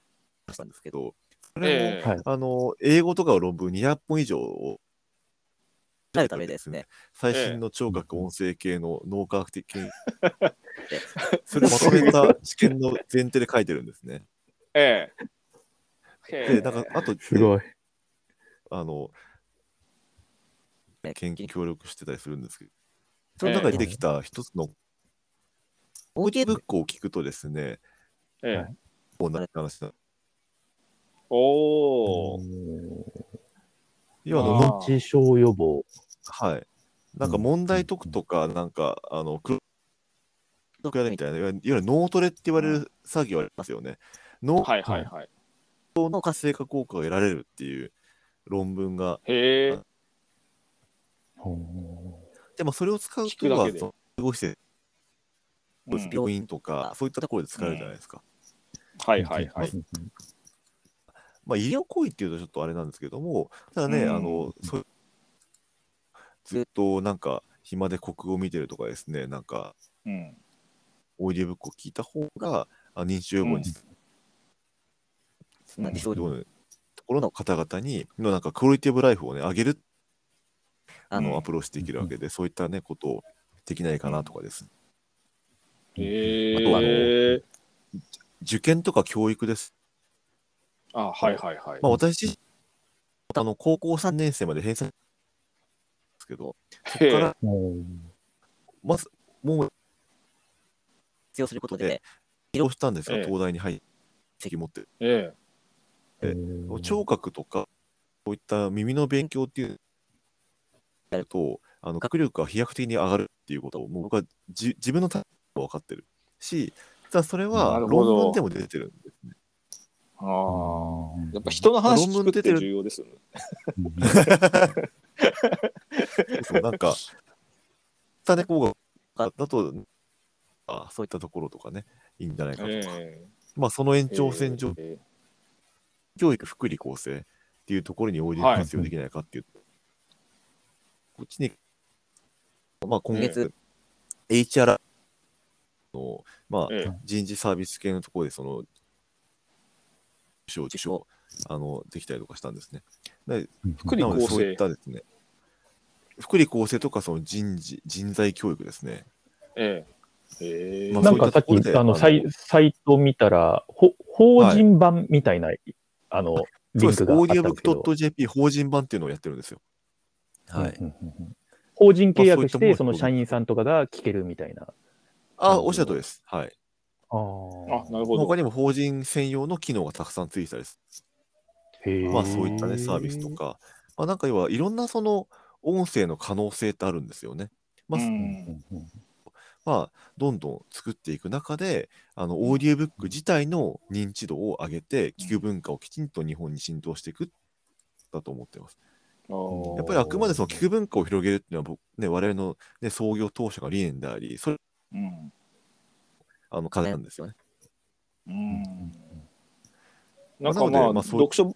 Speaker 4: 出したんですけ
Speaker 3: け
Speaker 4: ど、
Speaker 3: ど、それも、
Speaker 1: えー
Speaker 2: はい
Speaker 3: あの、英語とかを論文200本以上を
Speaker 4: なるためですね。
Speaker 3: 最新の聴覚音声系の脳科学的
Speaker 1: [laughs]
Speaker 3: 研究、それをまとめた試験の前提で書いてるんですね。
Speaker 1: えーえー
Speaker 3: で、なんか、あと、
Speaker 2: すごい。
Speaker 3: あの、
Speaker 4: ね
Speaker 3: 研究協力してたりするんですけど、
Speaker 1: そ
Speaker 3: そ
Speaker 1: の
Speaker 3: の
Speaker 1: 中
Speaker 3: 中
Speaker 1: に
Speaker 3: にできた一つの
Speaker 4: オーディオブ
Speaker 3: ブ
Speaker 4: ッ
Speaker 3: ックを聞くとですね、
Speaker 1: えー
Speaker 2: はい
Speaker 3: こうなる話だ。
Speaker 1: おお。
Speaker 3: 要はあ
Speaker 1: あー
Speaker 3: の、
Speaker 2: 認知症予防。
Speaker 3: はい。なんか問題解くとか、なんか、あの、クロ
Speaker 4: ク
Speaker 3: ッやるみたいな、いわゆるいわゆる脳トレって言われる作業ありますよね。脳
Speaker 1: はいはいはい。
Speaker 3: の活性化効果が得られるっていう論文が、
Speaker 1: へえ。
Speaker 2: ほう
Speaker 3: でもそれを使う
Speaker 1: 聞く
Speaker 3: と
Speaker 1: だ
Speaker 3: は
Speaker 1: けで
Speaker 3: その介護施設
Speaker 1: うん
Speaker 3: 病院とか、そういったところで使えるじゃないですか。
Speaker 1: はいはいはい。
Speaker 2: うんうん
Speaker 3: まあ、医療行為っていうとちょっとあれなんですけども、ただね、
Speaker 1: うん
Speaker 3: あのそうずっとなんか暇で国語を見てるとかですね、なんか
Speaker 1: うん。
Speaker 3: オーディオブックを聞いた方が、あ認知症予防につ
Speaker 4: まあ理想
Speaker 3: ながるところの方々にのなんかクオリティブライフをね、上げる
Speaker 4: あ
Speaker 3: あ
Speaker 4: の
Speaker 3: のアプローチできるわけで、そういったね、ことをできないかなとかです。
Speaker 1: へ
Speaker 3: あとはあ
Speaker 1: え。
Speaker 3: 受験とか教育です。
Speaker 1: あ、はいはいはい
Speaker 3: まあ、。私自身、あの高校3年生まで閉鎖ですけど、
Speaker 1: へえ
Speaker 3: から
Speaker 2: おー
Speaker 3: まず、もう
Speaker 4: 活用することで、
Speaker 3: 移動したんですよ、
Speaker 1: ええ
Speaker 3: 東大に入って、席持ってる。
Speaker 1: え
Speaker 3: え
Speaker 2: おー
Speaker 3: 聴覚とか、そういった耳の勉強っていうのと、あの学力が飛躍的に上がるっていうことを、もう僕はじ自分のために分かってるし、実はそれ
Speaker 1: な
Speaker 3: は
Speaker 1: るほど
Speaker 3: 論文でも出てるんですね。
Speaker 1: え。ああ。
Speaker 2: ー
Speaker 1: やっぱ人の話聞くって重要ですよね。
Speaker 2: うん
Speaker 3: そうな
Speaker 1: [laughs]
Speaker 3: んか、た猫がだとあ、そういったところとかね、いいんじゃないかとか、
Speaker 1: え
Speaker 3: まあその延
Speaker 1: え
Speaker 3: 長線上、
Speaker 1: え
Speaker 3: 教育、福利厚生っていうところに応じて
Speaker 1: はい
Speaker 3: 活用できないかっていう、こっちに、まあ今月、HR の、まあ
Speaker 1: え、ええ
Speaker 3: 人事サービス系のところで、その、賞受賞、あの、できたりとかしたんですね。で
Speaker 1: 福利
Speaker 3: なので、
Speaker 1: 厚
Speaker 3: そうい
Speaker 1: 生。
Speaker 3: ったですね、福利厚生とか、その人事、人材教育ですね。
Speaker 1: ええ。ええ。
Speaker 3: [laughs] まあ
Speaker 2: なんかさっ
Speaker 3: そういっ
Speaker 2: き、
Speaker 3: たところで
Speaker 2: あの、
Speaker 3: あの
Speaker 2: サイサイト見たら、ほ法人版みたいな、あの、
Speaker 3: そ
Speaker 2: リ
Speaker 3: う
Speaker 2: ン
Speaker 3: で
Speaker 2: ク
Speaker 3: す。
Speaker 2: があっ
Speaker 3: オー
Speaker 2: た
Speaker 3: ディ
Speaker 2: ん
Speaker 3: オブッ
Speaker 2: です
Speaker 3: ク
Speaker 2: けど。
Speaker 3: .jp 法人版っていうのをやってるんですよ。は
Speaker 2: うん
Speaker 3: い。
Speaker 2: うんうん法人契
Speaker 3: まあそうい
Speaker 2: 約
Speaker 3: っ
Speaker 2: した
Speaker 3: もの
Speaker 2: て、
Speaker 3: が
Speaker 2: その社員さんとかが聞けるみたいな。
Speaker 3: あ、おっしゃるとりです。はい。
Speaker 2: あ
Speaker 1: あ、な
Speaker 2: ー
Speaker 1: るほど。
Speaker 3: 他にも法人専用の機能がたくさんついてたりす
Speaker 2: へ
Speaker 3: る。
Speaker 2: ー
Speaker 3: まあそういったね、サービスとか。まあなんか要はいろんなその音声の可能性ってあるんですよね。まあ、
Speaker 1: う
Speaker 2: うんんうんうん
Speaker 3: まあ、どんどん作っていく中で、あの、オーディオブック自体の認知度を上げて、聞く文化をきちんと日本に浸透していく、だと思ってます。やっぱりあくまでその聞く文化を広げるっていうのは僕、ね、我々の、ね、創業当初が理念であり、それ、
Speaker 1: うん。
Speaker 3: あの、課題なんですよね。
Speaker 1: うん。
Speaker 3: ま
Speaker 1: な
Speaker 3: あ
Speaker 1: んか
Speaker 3: なので
Speaker 1: まあ、
Speaker 3: まあそう
Speaker 1: 読書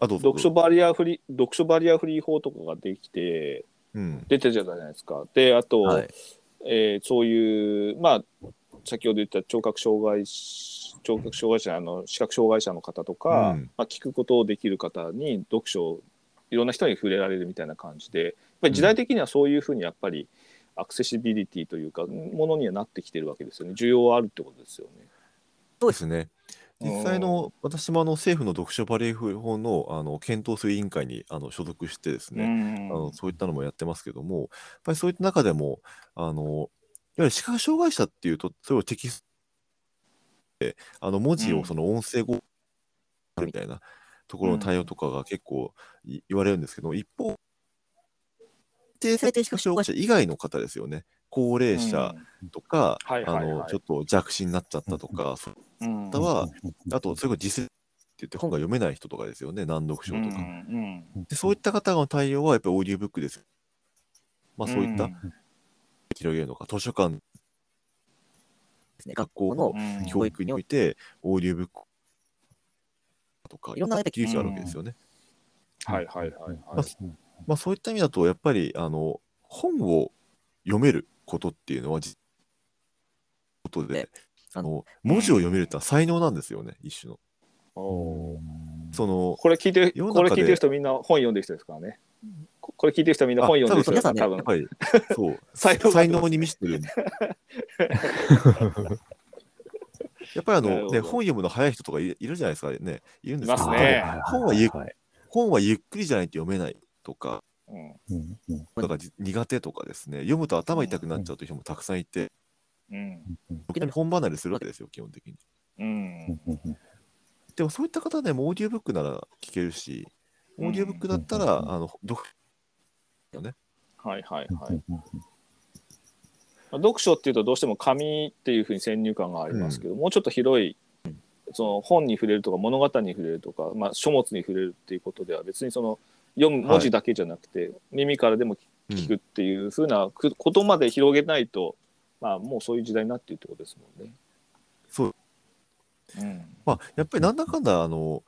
Speaker 3: あ、どうぞど
Speaker 1: 読
Speaker 3: う
Speaker 1: 書
Speaker 3: ぞ。
Speaker 1: バリアフリー、読書バリアフリー法とかができて、
Speaker 3: うん。
Speaker 1: 出てたじゃないですか。で、あと、
Speaker 3: はい。
Speaker 1: えーそういう、まあ、先ほど言った聴覚障害し聴覚障害者あの視覚障害者の方とか、
Speaker 3: うん
Speaker 1: まあ、聞くことをできる方に読書をいろんな人に触れられるみたいな感じでやっぱり時代的にはそういうふうにやっぱりアクセシビリティというかものにはなってきてるわけですよね需要はあるってことですよね。
Speaker 3: そうですね。実際の私もあの政府の読書バリアフリー法のあの検討する委員会にあの所属してですね、あのそういったのもやってますけども、やっぱりそういった中でも、あのいわゆる視覚障害者っていうと、それをテキストで、あの文字
Speaker 1: うん
Speaker 3: をその音声語みたいなところの対応とかが結構い言われるんですけど、一方、定性的視覚障害者以外の方ですよね、高齢者とか、
Speaker 1: うんはいはいはい
Speaker 3: あのちょっと弱視になっちゃったとか、
Speaker 1: [laughs]
Speaker 3: そう
Speaker 1: うん、
Speaker 3: 方は、あと、それこそ実践って言って本が読めない人とかですよね、難読症
Speaker 1: うん
Speaker 3: とか。
Speaker 1: うん
Speaker 3: でそういった方の対応はやっぱりオーディオブックです。まあそういった、
Speaker 1: うん
Speaker 3: 広げるのか、図書館、
Speaker 4: ですね、
Speaker 3: 学
Speaker 4: 学
Speaker 3: 校
Speaker 4: 校
Speaker 3: の
Speaker 4: の
Speaker 1: うん
Speaker 3: 教育において、オーディオブックとか、
Speaker 4: いろんな
Speaker 3: 技術があるわけですよね。
Speaker 1: はいはいはいはい。
Speaker 3: まあそういった意味だと、やっぱりあの本を読めることっていうのは、実ことで
Speaker 4: ね、
Speaker 3: あの文字を読めるってのは才能なんですよね、一種の。
Speaker 1: おー
Speaker 3: その
Speaker 1: これ聞いて
Speaker 3: 世
Speaker 1: る
Speaker 3: の
Speaker 1: こ
Speaker 3: 中
Speaker 1: れ
Speaker 3: で
Speaker 1: 聞いてる人みんな本読んでる人ですからね。ここれ聞いてる人みんな本読んでる人ですから
Speaker 4: あ
Speaker 1: 多分
Speaker 3: やっ。ぱり、そう、
Speaker 1: [laughs] 才能が
Speaker 3: 才能に満
Speaker 1: [laughs]
Speaker 3: ちてる。やっぱりあ
Speaker 1: なる
Speaker 3: の、
Speaker 1: ほ
Speaker 3: ね、
Speaker 1: ど
Speaker 3: 本読むの早い人とかいいるじゃないですかね。いるん
Speaker 1: い
Speaker 3: ですけど、
Speaker 1: ますね
Speaker 3: 本はゆっ
Speaker 2: はい
Speaker 3: 本はゆっくりじゃないと読めないとか、
Speaker 1: うん
Speaker 2: うんうん
Speaker 3: だからじ苦手とかですね、読むと頭痛くなっちゃうという人もたくさんいて、
Speaker 1: うん
Speaker 2: うん
Speaker 3: 時々本離れするわけですよ、基本的に。
Speaker 1: うん
Speaker 2: うんうん
Speaker 3: でもそういった方でもオーディオブックなら聞けるし、
Speaker 1: うん
Speaker 3: オーディオブックだった
Speaker 2: うん
Speaker 3: ら、あの、読
Speaker 1: はいはいは
Speaker 2: う
Speaker 1: い
Speaker 2: ん。うん
Speaker 1: まあ読書っていうとどうしても紙っていうふうに先入観がありますけど、もうちょっと広いその本に触れるとか物語に触れるとか、まあ、書物に触れるっていうことでは別にその読む文字だけじゃなくて、耳からでも聞くっていうふうなくことまで広げないとまあ、もうそういう時代になっているってことですもんね。
Speaker 3: そう。
Speaker 1: うん。
Speaker 3: まあ、やっぱりなんだかんだ、あの、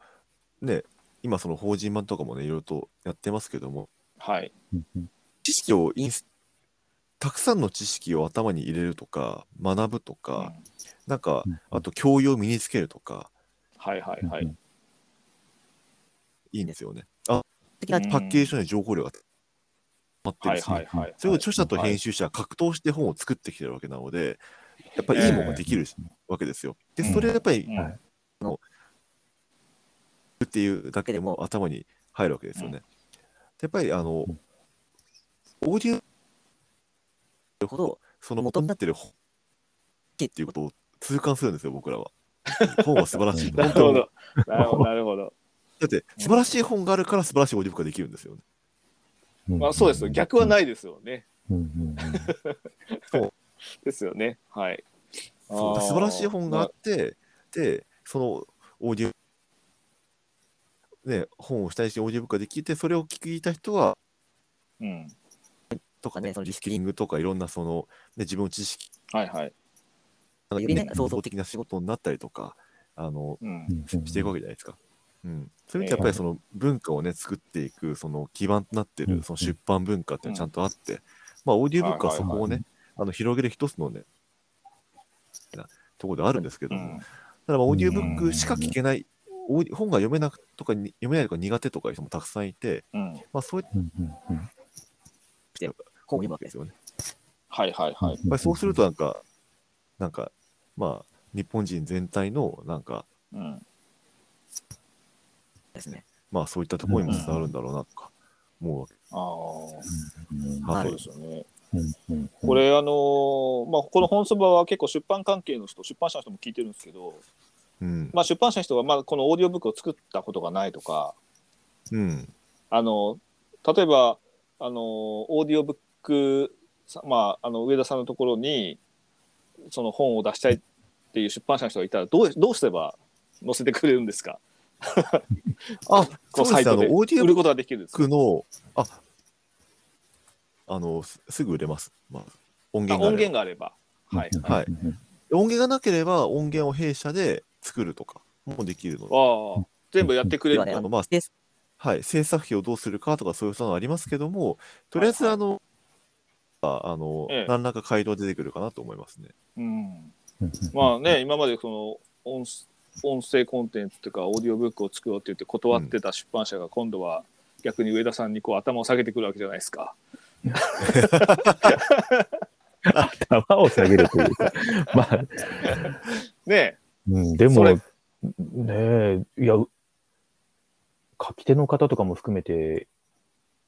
Speaker 3: ね、今その法人版とかもね、いろいろとやってますけども、
Speaker 1: はい。
Speaker 2: うんうん
Speaker 3: 知識をインス、たくさんの知識を頭に入れるとか、学ぶとか、なんか
Speaker 2: うん、
Speaker 3: あと教養を身につけるとか、
Speaker 1: はいはいは
Speaker 2: うん
Speaker 1: い。
Speaker 3: いいんですよね。あ、
Speaker 4: 的な
Speaker 1: うん
Speaker 3: パッケージの情報量が溜
Speaker 1: は
Speaker 3: まって
Speaker 1: い
Speaker 3: るし、
Speaker 1: はいはい。
Speaker 3: それを著者と編集者は格闘して本を作ってきてるわけなので、やっぱりいいものができるわけですよ。で、
Speaker 1: うん
Speaker 3: それはやっぱり
Speaker 1: うん
Speaker 2: はい
Speaker 3: っていうだけでも頭に入るわけですよね。やっぱりあの、
Speaker 2: うん
Speaker 3: オーディオ
Speaker 4: ほど、
Speaker 3: その元になってる本っていうことを痛感するんですよ、僕らは。本は素晴らしい。
Speaker 1: な
Speaker 3: 本
Speaker 1: る
Speaker 3: 当
Speaker 1: ほ
Speaker 3: にだ
Speaker 1: ど。なるほど。なるほど。
Speaker 3: って素晴らしい本があるから素晴らしいオーディオブックができるんですよね。
Speaker 1: まあ、そうですよ。逆はないですよね。
Speaker 2: うんうんうん
Speaker 1: ですよね。はい。
Speaker 3: そう
Speaker 1: あー
Speaker 3: 素晴らしい本があって、で、そのオーディオ、ね、本を主体してオーディオブックができて、それを聞いた人は、
Speaker 1: うん。
Speaker 3: とかね、
Speaker 4: ね
Speaker 3: そのリスキリングとかいろんなその、ね、自分の知識
Speaker 1: はいはい。
Speaker 3: が、
Speaker 4: よりね
Speaker 3: ね、
Speaker 4: 創
Speaker 3: 創
Speaker 4: 造
Speaker 3: 造
Speaker 4: 的
Speaker 3: 的な仕事になったりとか、あの、
Speaker 1: うん
Speaker 2: う。んうん
Speaker 3: していくわけじゃないですか。うん、そういう意味でやっぱりその文化をね作っていくその基盤となって
Speaker 2: うん
Speaker 3: るその出版文化っていうのはちゃんとあって、まあオーディオブックはそこをね、
Speaker 2: はい
Speaker 3: あの広げる一つのねなところであるんですけど
Speaker 1: う
Speaker 3: も、
Speaker 1: ん
Speaker 3: ただまあオーディオブックしか聞けない、オーディ本が読めなくとかに読めないとか苦手とかいう人もたくさんいて、
Speaker 1: うん。
Speaker 3: まあそういった
Speaker 2: うんうんうん
Speaker 4: 本を読む
Speaker 3: わ
Speaker 4: わ
Speaker 3: けで
Speaker 4: けですす。
Speaker 3: よね。
Speaker 1: はいはいはい。
Speaker 3: やっぱりそうするとなんかなんかまあ日本人全体のなんか
Speaker 1: うん。
Speaker 4: ですね。
Speaker 3: まあそういったところにもつながるんだろうなとか思うわけ。
Speaker 1: ああ。
Speaker 2: うん
Speaker 3: は
Speaker 1: そ
Speaker 3: いう
Speaker 1: ですよね。
Speaker 2: うんうん
Speaker 1: これ、あのーまあ、この本そばは結構出版関係の人、出版社の人も聞いてるんですけど、
Speaker 3: うん。
Speaker 1: まあ、出版社の人はまだこのオーディオブックを作ったことがないとか、
Speaker 3: うん。
Speaker 1: あの例えば、あのオーディオブックさ、まあ、あの上田さんのところにその本を出したいっていう出版社の人がいたらどうどうすれば載せてくれるんですか
Speaker 3: あ、
Speaker 1: こう
Speaker 3: そう
Speaker 1: サ
Speaker 3: で
Speaker 1: イ
Speaker 3: す。あ
Speaker 1: トで、
Speaker 3: のオーディオ
Speaker 1: 売
Speaker 3: ブ
Speaker 1: る
Speaker 3: ッ
Speaker 1: ことができるんですか
Speaker 3: クの、あ、あの、すすぐ売れます。まあ、音
Speaker 1: あ
Speaker 3: 源があ
Speaker 1: 音
Speaker 3: れば
Speaker 1: 源があれば。はい、
Speaker 2: うん
Speaker 1: あ
Speaker 3: はい。音源がなければ、音源を弊社で作るとかもできるので、
Speaker 1: あ全部やってくれ
Speaker 4: で
Speaker 1: る
Speaker 4: は
Speaker 1: んだ
Speaker 4: ね、
Speaker 3: あ
Speaker 4: あ
Speaker 3: の
Speaker 4: の、
Speaker 3: まあ
Speaker 4: スペース
Speaker 3: はい。制作費をどうするかとか、そういうのはありますけども、とりあえず、
Speaker 1: はいはい
Speaker 3: あの、ああの、
Speaker 1: ええ
Speaker 3: 何らか回答出てくるかなと思いますね。
Speaker 1: うん
Speaker 2: うん
Speaker 1: まあね、今までその音音声コンテンツとかオーディオブックを作ろうって言って断ってた出版社が今度は逆に上田さんにこう頭を下げてくるわけじゃないですか。
Speaker 2: 頭を下げるというか、まあ、
Speaker 1: ね
Speaker 2: うん、で
Speaker 1: そ
Speaker 2: も、
Speaker 1: れ
Speaker 2: ねえ、いや、う書き手の方とかも含めて、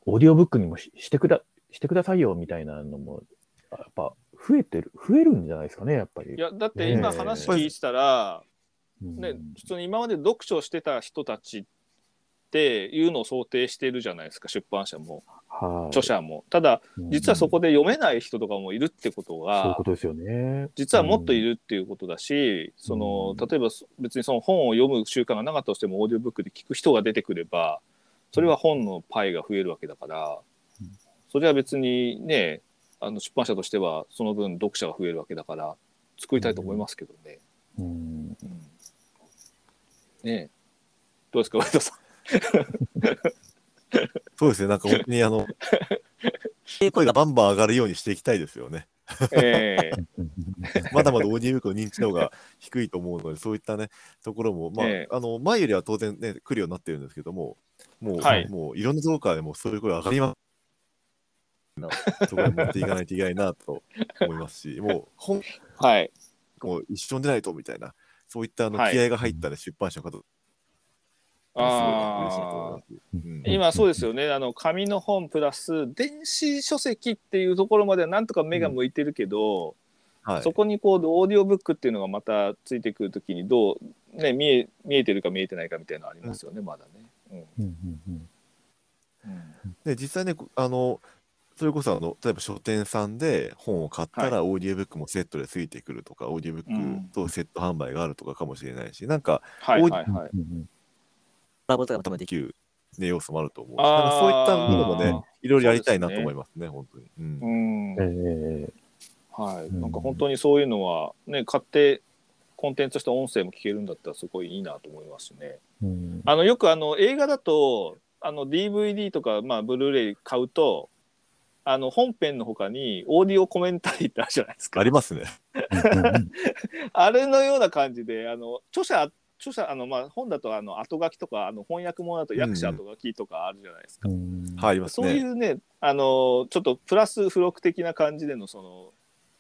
Speaker 2: オーディオブックにもししてくだしてくださいよみたいなのも、やっぱ増えてる、増えるんじゃないですかね、やっぱり。
Speaker 1: いやだって今
Speaker 2: ねえ
Speaker 1: 話聞いてたら、
Speaker 2: うん
Speaker 1: ね、普通に今まで読書してた人たちっていうのを想定してるじゃないですか出版社も
Speaker 2: はい
Speaker 1: 著者も。ただ実はそこで読めない人とかもいるってこと
Speaker 2: うんそういう
Speaker 1: が
Speaker 2: ことですよね。
Speaker 1: 実はもっといるっていうことだし、その
Speaker 2: うん
Speaker 1: 例えばそ別にその本を読む習慣がなかったとしてもオーディオブックで聞く人が出てくればそれは本のパイが増えるわけだから
Speaker 2: うん
Speaker 1: それは別にねあの出版社としてはその分読者が増えるわけだから作りたいと思いますけどね。
Speaker 2: うん。
Speaker 1: うんねえどうですか上田さん。
Speaker 3: そうですね。なんか本当に、
Speaker 1: [laughs]
Speaker 3: あの、
Speaker 4: というこ
Speaker 3: 声が
Speaker 4: とが
Speaker 3: バンバン上がるようにしていきたいですよね。
Speaker 1: ええ [laughs]
Speaker 3: まだまだオーディオブックの認知度が低いと思うので、そういったね、ところも、まあ、
Speaker 1: ええ
Speaker 3: あの前よりは当然ね、来るようになってるんですけども、もう、
Speaker 1: はい
Speaker 3: もういろんなところからでもそういう声上がります。そこに持っていかないといけないなと思います
Speaker 1: [laughs]
Speaker 3: し、もう本
Speaker 1: はい。
Speaker 3: もう一緒でないとみたいな、そういったあの
Speaker 1: はい
Speaker 3: 気合が入った、ね出版社の方、すごいね嬉しいなと
Speaker 1: あ
Speaker 3: 思いま
Speaker 1: あ
Speaker 3: す。うん
Speaker 1: 今そうですよねあの紙の本プラス電子書籍っていうところまではなんとか目が向いてるけど、
Speaker 3: はい
Speaker 1: そこにこうオーディオブックっていうのがまたついてくるときにどう、ね、見え見えてるか見えてないかみたいなのありますよね、まだね。
Speaker 2: うんうんうん
Speaker 1: うん
Speaker 3: で実際ねこあのそれこそあの例えば書店さんで本を買ったらオーディオブックもセットでついてくるとか、オーディオブックとセット販売があるとかかもしれないし、なんか
Speaker 1: はいはいはい。
Speaker 2: うんうん
Speaker 4: ラボとかも多分
Speaker 3: で
Speaker 4: でき
Speaker 3: き
Speaker 4: る。
Speaker 3: る、ね、要素もあると思うし
Speaker 1: あー
Speaker 3: なんかそういったものもねいろいろやりたいな
Speaker 1: そうですね
Speaker 3: と思いますね本当に、う
Speaker 1: う
Speaker 3: ん
Speaker 1: ん
Speaker 2: ええ
Speaker 1: はい、
Speaker 2: うん
Speaker 1: なんか本当にそういうのは、ね、買ってコンテンツとして音声も聞けるんだったらすごいいいなと思いますしね。
Speaker 2: うん
Speaker 1: あのよくあの映画だとあの DVD とか、まあ、ブルーレイ買うとあの本編の他にオーディオコメンタリーってあるじゃないですか。
Speaker 3: ありますね。
Speaker 1: あれのような感じで、あの著者、著者、あのまあ本だとあの後書きとか、あの翻訳ものだと役者
Speaker 3: うん
Speaker 1: 後書きとかあるじゃないですか。
Speaker 2: うん
Speaker 3: はい、あります
Speaker 1: そうい
Speaker 3: ね。
Speaker 1: うね、あのちょっとプラス付録的な感じでのその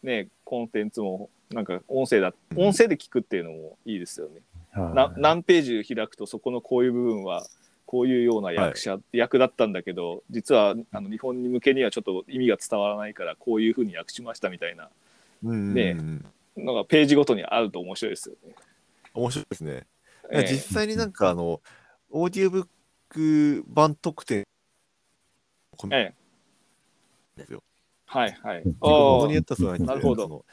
Speaker 1: ねコンテンツもなんか音声だ、
Speaker 3: うん
Speaker 1: 音声で聞くっていうのもいいですよね。
Speaker 2: はい
Speaker 1: な何ページ開くとそこのこういう部分は。こういうような役者、役だったんだけど実はあの日本に向けにはちょっと意味が伝わらないからこういうふうに訳しましたみたいな
Speaker 3: うん
Speaker 1: ねのがページごとにあると面白いですよね。
Speaker 3: 面白いですね。
Speaker 1: ええ
Speaker 3: 実際になんかあの、オーディオブック版特典コメン
Speaker 1: ええ、
Speaker 3: トですよ。
Speaker 1: はいはい。あ
Speaker 2: 自分
Speaker 3: 本
Speaker 1: あ
Speaker 3: 当にやったらそうなんです
Speaker 1: なるほど
Speaker 3: その多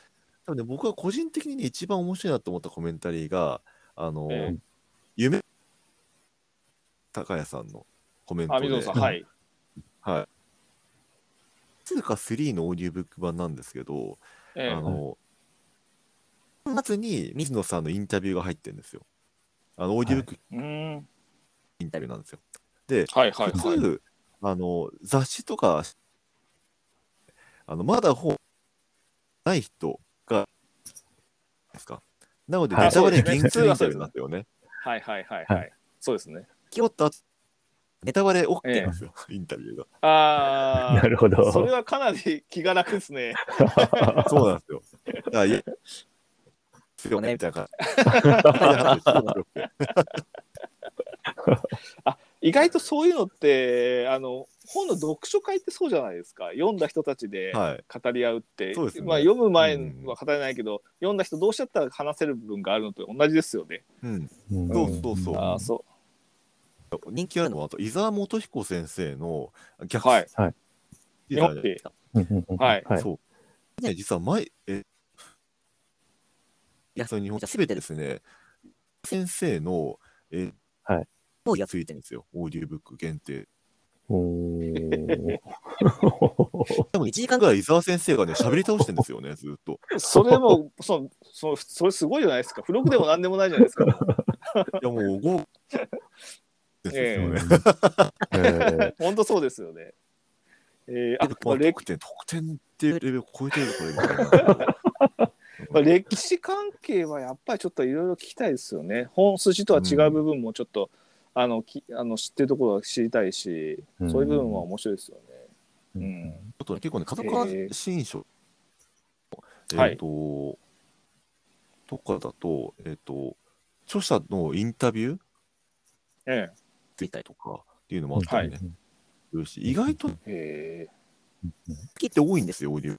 Speaker 3: 分ね、僕は個人的にね、一番面白いなと思ったコメンタリーが、あの、
Speaker 1: ええ
Speaker 3: 夢、高谷さんのコメン
Speaker 1: あ、
Speaker 3: トで、
Speaker 1: 水野さん、
Speaker 3: は。
Speaker 1: はいい。
Speaker 3: 2か3のオーディオブック版なんですけど、
Speaker 1: ええ
Speaker 3: あの、3月に水野さんのインタビューが入ってるんですよ。あの、オーディオブック
Speaker 1: うーん。
Speaker 3: インタビューなんですよ。で、
Speaker 1: はいはい
Speaker 3: 普
Speaker 1: はい。
Speaker 3: 通、あの、雑誌とか、あの、まだ本ない人が、ですか。なので、
Speaker 2: はい
Speaker 3: ネタバ
Speaker 1: そ
Speaker 3: レ
Speaker 1: うですね
Speaker 3: 厳禁インタビューなんだよね。
Speaker 1: はいはいはいはい。そうですね。
Speaker 3: 決まった後ネタバレ OK なんですよ、インタビューが。
Speaker 1: あ
Speaker 2: [laughs] なるほ
Speaker 1: あ、
Speaker 2: ど。
Speaker 1: それはかなり気が楽ですね。
Speaker 3: そうなんですよ。だから、いやですよね、みたいな感じ。
Speaker 1: 意外とそういうのって、あの、本の読書会ってそうじゃないですか。読んだ人たち [laughs] で
Speaker 3: はい。
Speaker 1: 語り合うって。
Speaker 3: そうですね
Speaker 1: まあ、読む前は語れないけど、読んだ人どうしちゃったら話せる部分があるのと同じですよね。
Speaker 3: うん。
Speaker 2: うん
Speaker 3: そうそうそう
Speaker 1: ああ、そう。
Speaker 3: 人気あるのは、あと、伊沢元彦先生の逆
Speaker 1: はい。
Speaker 3: い
Speaker 1: 読んで。
Speaker 2: うんうんうん
Speaker 1: はい
Speaker 2: はい。
Speaker 3: そう。ね、実は前、え、
Speaker 4: イラス
Speaker 3: そ
Speaker 4: ト
Speaker 3: の日本すべてですね、先生の、え、
Speaker 2: はい。
Speaker 3: もうやついてるんですよ、オーディオブック限定。
Speaker 2: おー
Speaker 3: 多分1時間ぐらい伊沢先生がね、喋り倒してるんですよね、 [laughs] ずっと。
Speaker 1: それ
Speaker 3: [laughs]
Speaker 1: も、その、その、それすごいじゃないですか。付録でもなんでもないじゃない
Speaker 3: [laughs]
Speaker 1: ですか。
Speaker 3: いや、もう、ご、です
Speaker 1: え
Speaker 3: よね。
Speaker 2: えー
Speaker 1: [laughs] 本当そうですよね。えー、あ、
Speaker 3: ま
Speaker 1: ま
Speaker 3: あ
Speaker 1: あ、
Speaker 3: 得点、得点っていうレベルを超えてるこれみ [laughs] たいな。
Speaker 1: まあ、歴史関係はやっぱりちょっといろいろ聞きたいですよね。本筋とは違う部分もちょっと、あのきあの知ってるところは知りたいし、
Speaker 2: うん
Speaker 1: そういう部分は面白いですよね。
Speaker 2: う
Speaker 1: うんん、
Speaker 3: あとね結構ね、片岡新書、えっ、
Speaker 1: はい
Speaker 3: と、とかだと、えっ、と、著者のインタビュー
Speaker 1: え
Speaker 3: 出たりとかっていうのもあったりね、するし、意外と好
Speaker 1: えへえ
Speaker 3: きって多いんです
Speaker 1: [laughs]
Speaker 3: よ、オーディオ。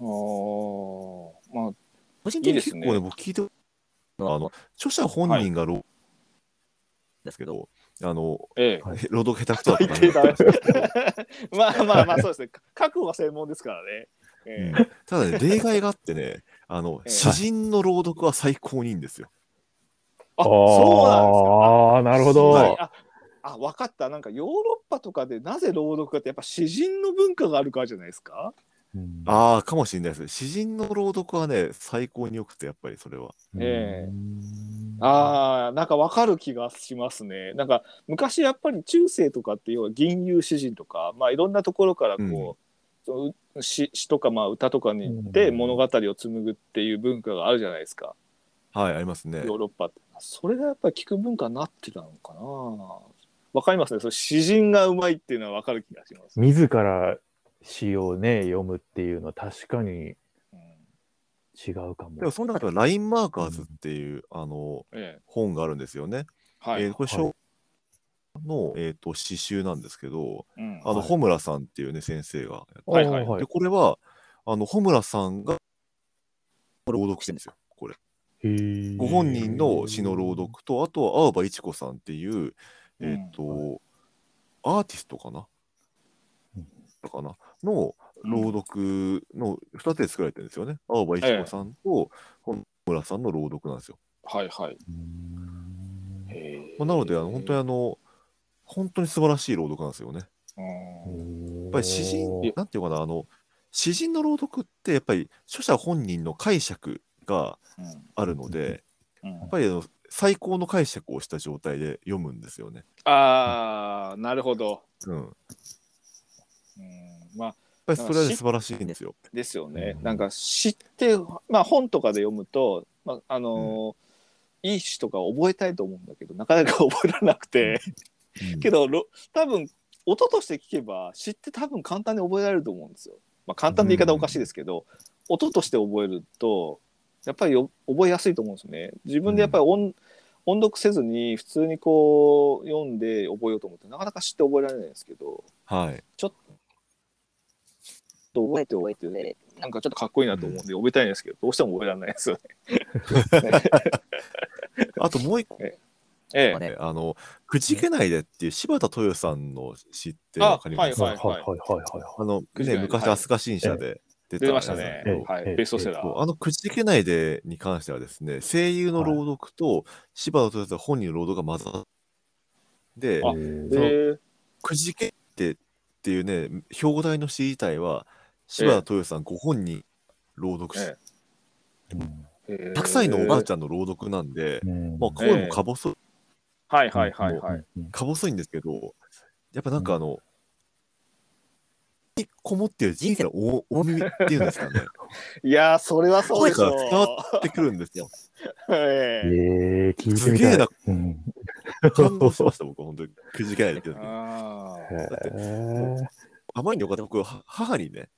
Speaker 1: あーまあ、
Speaker 4: 個人
Speaker 1: いい
Speaker 4: 的
Speaker 1: で
Speaker 4: に
Speaker 1: す
Speaker 3: 結
Speaker 1: ね
Speaker 3: 構ね、僕聞いて、
Speaker 4: あの
Speaker 3: あの著者本人がろですけど、あの、
Speaker 1: え
Speaker 2: はい
Speaker 3: 朗読下手くそだった
Speaker 1: え
Speaker 3: ら
Speaker 1: 低
Speaker 3: ダ
Speaker 1: だ [laughs]
Speaker 3: メ
Speaker 1: まあまあまあ、そう [laughs] ですね。覚悟が専門ですからね。え
Speaker 3: うんただね、例外があっ
Speaker 1: [laughs]
Speaker 3: てね、あの、
Speaker 1: ええ
Speaker 3: 詩人の朗読は最高にいいんですよ。
Speaker 1: あそうなんですか。
Speaker 2: ああ、なるほど。
Speaker 1: はいああ、分かった。なんかヨーロッパとかでなぜ朗読かって、やっぱ詩人の文化があるからじゃないですか。
Speaker 2: うん
Speaker 3: ああ、かもしれないです。詩人の朗読はね、最高に良くて、やっぱりそれは。
Speaker 1: ええああなんかわかる気がしますね。なんか昔やっぱり中世とかって要は吟遊詩人とか、まあ、いろんなところからこう、その詩詩とかまあ歌とかにで
Speaker 2: うん
Speaker 1: 物語を紡ぐっていう文化があるじゃないですか、
Speaker 3: はい、ありますね。
Speaker 1: ヨーロッパって。それがやっぱり聞く文化になってたのかな。わかりますね。その詩人がうまいっていうのはわかる気がします。
Speaker 2: 自ら詩をね、読むっていうのは確かに
Speaker 1: うん
Speaker 2: 違うかも。
Speaker 3: でも、その中でラインマーカーズっていう、あの、
Speaker 1: ええ
Speaker 3: 本があるんですよね。
Speaker 1: はい
Speaker 3: えーこれ、
Speaker 2: はい
Speaker 3: 小の、えっ、と、詩集なんですけど、
Speaker 1: うん
Speaker 3: あの、穂村さんっていうね、先生がやって
Speaker 1: はいはい
Speaker 3: で、これは、あの、穂村さんが朗読してるんですよ、これ。ご
Speaker 2: ご
Speaker 3: 本人の詩の朗読と、あとは青葉一子さんっていう、えっ、と、アーティストかな
Speaker 2: うん
Speaker 3: かなの朗読の2つで作られてるんですよね。青葉一子さんと本村さんの朗読なんですよ。
Speaker 1: はいはい。
Speaker 2: うん
Speaker 1: へえ
Speaker 3: まあなので、あの本当にあの、本当に素晴らしい朗読なんですよね。やっぱり詩人
Speaker 1: いや、
Speaker 3: なんていうかな、あの、詩人の朗読ってやっぱり著者本人の解釈があるので、
Speaker 1: うんうん
Speaker 3: やっぱりあの最高の解釈をした状態で読むんですよね。
Speaker 1: ああなるほど、
Speaker 3: うん、やっ
Speaker 1: うん、まあ
Speaker 3: ぱりそれはね素晴らしいんですよ。
Speaker 1: ですよね、
Speaker 2: うん
Speaker 1: なんか詩って、まあ、本とかで読むと、まああのーいい詩とか覚えたいと思うんだけどなかなか覚えられなくて、けどろ多分音として聞けば詩って多分簡単に覚えられると思うんですよ。まあ、簡単な言い方はおかしいですけど、音として覚えるとやっぱりよ覚えやすいと思うんですよね。自分でやっぱり音,、音読せずに普通にこう読んで覚えようと思ってなかなか詩って覚えられないんですけど
Speaker 3: はい。
Speaker 1: 覚えて覚えてなんかちょっとかっこいいなと思うんで、覚えたいんですけど、どうしても覚えられないですよね。
Speaker 3: あともう一個、
Speaker 1: え
Speaker 4: まあ
Speaker 1: え。
Speaker 4: ね
Speaker 3: あの、くじけないでっていう柴田豊さんの詩って
Speaker 1: あ
Speaker 3: わかりますか、
Speaker 1: はいはい
Speaker 2: はいは
Speaker 3: あの、
Speaker 1: くじけ
Speaker 3: ね、
Speaker 1: ない
Speaker 3: 昔、
Speaker 1: はい
Speaker 3: 飛鳥新社で出
Speaker 1: 出てましたね
Speaker 3: やつなんですけど。。
Speaker 1: は
Speaker 2: ええ
Speaker 1: い。ベストセラ
Speaker 3: そう
Speaker 1: ー。
Speaker 3: あの「くじけないで」に関してはですね声優の朗読と柴田豊さん本人の朗読が混ざって
Speaker 2: いは
Speaker 1: あ
Speaker 2: い。
Speaker 1: え
Speaker 3: そう
Speaker 1: え
Speaker 3: 「くじけって」っていうね表題の詩自体は柴田豊さんご本人朗読し、
Speaker 1: え
Speaker 3: 100歳のおばあちゃんの朗読なんで、まあ、声もか細い、
Speaker 1: はいはいはいはい。
Speaker 3: か細いんですけどやっぱなんかあの、にこもってる人生の重重みっていうんですか
Speaker 1: [laughs]
Speaker 3: ね
Speaker 1: いやー、それはそうでしょう
Speaker 3: 声が伝わってくるんですよ。
Speaker 1: [laughs] ええ
Speaker 2: ええ、聞いて
Speaker 3: す
Speaker 2: み
Speaker 3: げ
Speaker 2: た
Speaker 3: え
Speaker 2: い
Speaker 3: な。
Speaker 2: うん
Speaker 3: 感動しました僕本当にくじけないでって時
Speaker 1: あ
Speaker 2: へ
Speaker 1: ー
Speaker 2: え
Speaker 3: あまりによかった。僕、は母にね、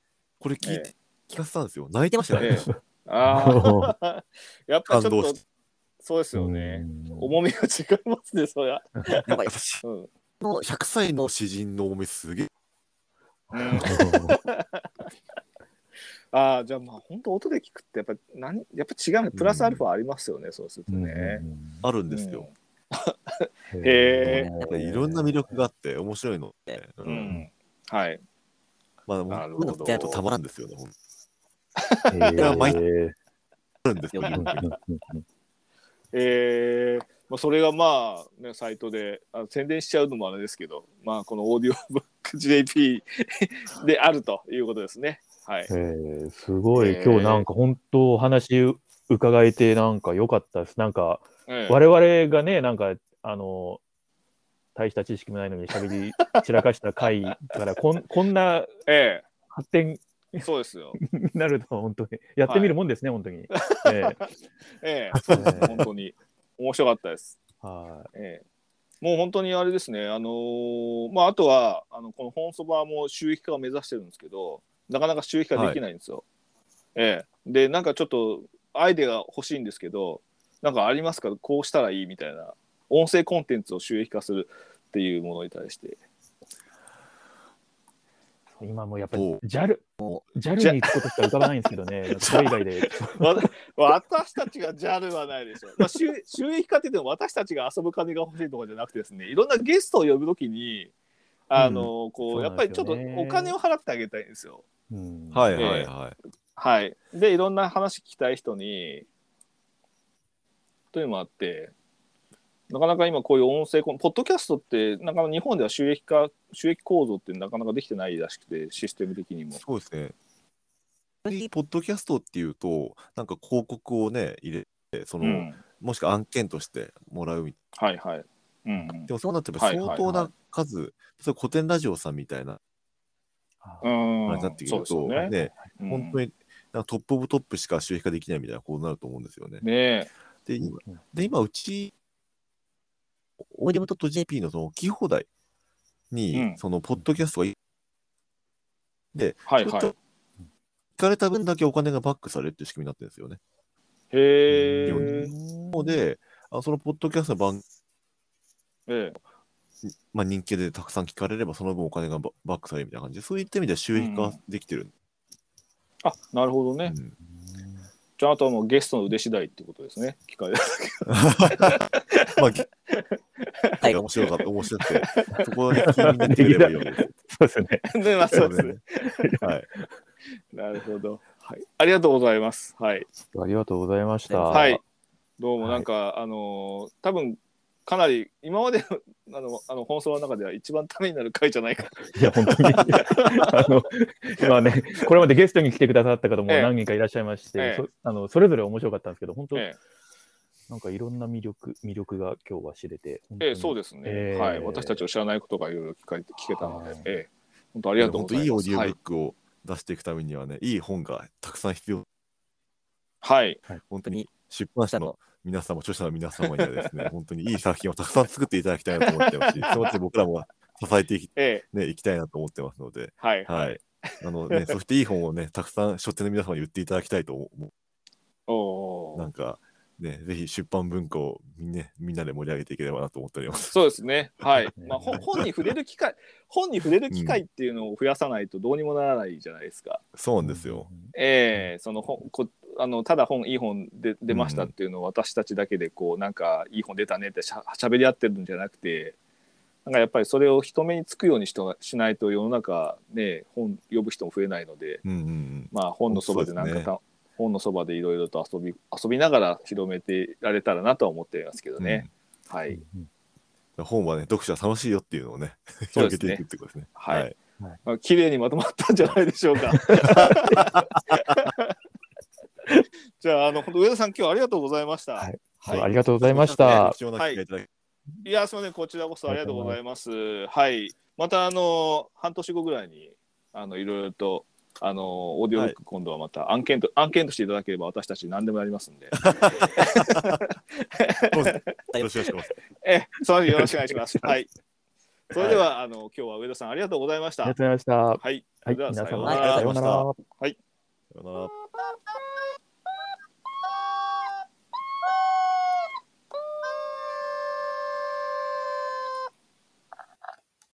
Speaker 3: これ聞いて、
Speaker 1: え
Speaker 3: 聞かせたんですよ。泣いてました
Speaker 1: え
Speaker 3: ね。
Speaker 1: えあーやっぱちょっ
Speaker 3: 感動
Speaker 1: と
Speaker 3: し
Speaker 1: そうですよね。
Speaker 2: うん
Speaker 1: 重みが違いますね、そりゃ。
Speaker 3: [laughs]
Speaker 4: やっぱり
Speaker 3: 私
Speaker 1: うん。
Speaker 3: の100歳の詩人の重みすげえ。
Speaker 1: うんああ、じゃあまあ本当音で聞くってやっぱ何やっぱ違うね。プラスアルファありますよね、そうするとね。
Speaker 3: あるんですよ。
Speaker 2: うん
Speaker 1: へ
Speaker 3: でいろんな魅力があって、面白いので、う
Speaker 1: うん。うんん。はい。
Speaker 3: まあ、
Speaker 1: なる
Speaker 3: も
Speaker 1: ほ
Speaker 3: う、
Speaker 1: ど。
Speaker 3: ほんとたまらんですよね。ほんと
Speaker 2: へ
Speaker 3: やまあ
Speaker 2: え
Speaker 3: あるんですよ。
Speaker 4: うん
Speaker 1: えーまあ、それがまあ、ね、サイトであ宣伝しちゃうのもあれですけど、まあ、このオーディオブック JP [laughs] であるということですね。はい。
Speaker 2: えーすごい
Speaker 1: え、ー
Speaker 2: 今日なんか本当お話伺えてなんか良かったです。なんか
Speaker 1: ええ
Speaker 2: 我々がね、なんかあの、大した知識もないのに喋り散らかした回からこんこんな
Speaker 1: え
Speaker 2: 発展
Speaker 1: えそうですよ。
Speaker 2: になるとは本当にやってみるもんですね、本当に。えー
Speaker 1: ええそうです本当に。面白かったです。
Speaker 2: は
Speaker 1: ええもう本当にあれですね、あのーまあ、あとはあのこの本そばも収益化を目指してるんですけど、なかなか収益化できないんですよ。ええで、なんかちょっとアイデアが欲しいんですけど、なんかありますか、こうしたらいいみたいな、音声コンテンツを収益化するっていうものに対して。
Speaker 2: い、今もうやっぱり
Speaker 3: お
Speaker 2: JAL、JAL に行くことしか浮かばないんですけどね、それ以外で。 [laughs]
Speaker 1: わ私たちが JAL はないでしょう、まあ、収収益化って言っても私たちが遊ぶ金が欲しいとかじゃなくてですねいろんなゲストを呼ぶときにあの、こう
Speaker 2: そう
Speaker 1: や
Speaker 2: な
Speaker 1: っ
Speaker 2: ん
Speaker 1: ぱり
Speaker 2: で
Speaker 1: ち
Speaker 2: す
Speaker 1: ょ
Speaker 2: よ
Speaker 1: っと
Speaker 2: ね
Speaker 1: お金を払ってあげたいんですよ。
Speaker 2: うん
Speaker 3: はいはいはい。
Speaker 1: はい、でいろんな話聞きたい人にというのもあってなかなか今こういう音声コンポッドキャストってなかなか日本では収益化収益構造ってなかなかできてないらしくてシステム的にも。
Speaker 3: そうですね。 [laughs] ポッドキャストっていうと、なんか広告をね、入れて、その、
Speaker 1: うん、
Speaker 3: もしくは案件としてもらうみたい
Speaker 1: はいはい。うんうん
Speaker 3: な。でもそうなってば
Speaker 1: はいはい
Speaker 3: 相当な数、それ古典ラジオさんみたいな
Speaker 1: うん
Speaker 3: 感じになってく
Speaker 1: そう
Speaker 3: る
Speaker 1: ですよ
Speaker 3: と、
Speaker 1: ね
Speaker 3: ね、
Speaker 1: うん
Speaker 3: 本当になんかトップオブトップしか収益化できないみたいなことになると思うんですよね。
Speaker 1: ね
Speaker 3: で今で今うち、オーディブト .jp のその聞き放題に、
Speaker 1: うん
Speaker 3: そのポッドキャストがいで、
Speaker 1: はいはい
Speaker 3: ちょっと聞かれた分だけお金がバックされるっていう仕組みになってるんですよね。
Speaker 1: え。へ
Speaker 3: う
Speaker 1: え。
Speaker 3: なのであ、そのポッドキャストの番、
Speaker 1: ええ
Speaker 3: まあ、人気でたくさん聞かれれば、その分お金がババックされるみたいな感じで、そういった意味では収益化できてる。
Speaker 1: あなるほど
Speaker 3: う
Speaker 1: ね。
Speaker 3: ん
Speaker 1: じゃああとはもうゲストの腕次第ってことですね。機
Speaker 3: [laughs]
Speaker 1: 械
Speaker 3: まあ、き
Speaker 4: はい
Speaker 3: 面白かった、面白くて、そこはね、気になってくれればいいわけです。
Speaker 2: そうですね。
Speaker 1: でまあそうですね。
Speaker 3: はい。
Speaker 1: [laughs] なるほど。はい。ありがとうございます。はい。
Speaker 2: ありがとうございました。
Speaker 1: はい。どうもなんか、あのー多分かなり今までのあ [laughs] のあの放送の中では一番ためになる回じゃないか
Speaker 2: いや、本当に。あの、今ね、これまでゲストに来てくださった方も
Speaker 1: ええ
Speaker 2: 何人かいらっしゃいまして、
Speaker 1: ええ
Speaker 2: そあのそれぞれ面白かったんですけど、本当、
Speaker 1: え
Speaker 2: なんかいろんな魅力、魅力が今日は知れて。
Speaker 1: えええそう
Speaker 2: で
Speaker 1: ですね、
Speaker 2: ええ
Speaker 1: はい。私たちを知らないことがいろいろ聞かれ聞けたの
Speaker 2: はい
Speaker 1: で、ええ本当ありがとうご
Speaker 3: 本当
Speaker 1: ざい
Speaker 3: いいオ
Speaker 1: ま
Speaker 3: ー
Speaker 1: す。
Speaker 3: ディオ
Speaker 1: は
Speaker 3: ブ
Speaker 1: い
Speaker 3: ッ、クを出していくためにはね、いい本がたくさん必要、
Speaker 1: はい、
Speaker 3: 本当に出版社の皆様、著者の皆様にはですね、本当にいい作品をたくさん作っていただきたいなと思ってますし、そのうち僕らも支えていき,、
Speaker 1: ええ
Speaker 3: ね、いきたいなと思ってますので、
Speaker 1: [laughs] はい、はい、
Speaker 3: はい。あのね、そしていい本をね、たくさん書店の皆様に売っていただきたいと思う
Speaker 1: お
Speaker 3: な
Speaker 1: お
Speaker 3: ん。か、ね、ぜひ出版文化をみん,、ね、みんなで盛り上げていければなと思っております。
Speaker 1: そうですね。はい。
Speaker 3: [laughs]
Speaker 1: まあ、ほ本に触れる機会、本に触れる機会っていうのを増やさないとどうにもならないじゃないですか。
Speaker 3: そうなんですよ。。
Speaker 1: ええその本こあのただ本いい本で出ましたっていうのを私たちだけでこうなんかいい本出たねってしゃ喋り合ってるんじゃなくてなんかやっぱりそれを人目につくようにしとしないと世の中ね本呼ぶ人も増えないので、
Speaker 3: うんうんうん。
Speaker 1: まあ、本のそばでなんか
Speaker 3: そう
Speaker 1: た、
Speaker 3: ですね
Speaker 1: 本のそばでいろいろと遊び遊びながら広めてられたらなとは思っていますけどね、は、
Speaker 2: はい
Speaker 3: 本はね、読者楽しいよっていうのをね、
Speaker 1: そう
Speaker 3: 広
Speaker 1: です
Speaker 3: げてい
Speaker 1: ね
Speaker 3: くってことですね。
Speaker 1: はい
Speaker 3: はい。
Speaker 1: まあ綺麗にまとまったんじゃないでしょう
Speaker 3: [laughs]
Speaker 1: か。 [laughs] じゃあ、あの、本当上田さん、今日はありがとうございました。
Speaker 2: はい
Speaker 1: はい
Speaker 2: ありがとうございました。
Speaker 3: 貴重な機会いただき
Speaker 1: いや、すみません、こちらこそありがとうございます。はい、また、あの、半年後ぐらいに、あの、いろいろと。あの、オーディオブック、今度はまた案件と、案件としていただければ、私たち何でもやりますんで。
Speaker 3: そうですねよろしくお願いします。
Speaker 1: ええ、そのよろしくお願いします。はい。それでは、あの、今日は上田さん、ありがとうございまし
Speaker 2: あり
Speaker 1: た
Speaker 2: が。とうございました。
Speaker 1: はい、
Speaker 2: はい、
Speaker 1: それでは
Speaker 2: 皆様、
Speaker 1: さようなら
Speaker 2: さようなら。
Speaker 3: さようなら。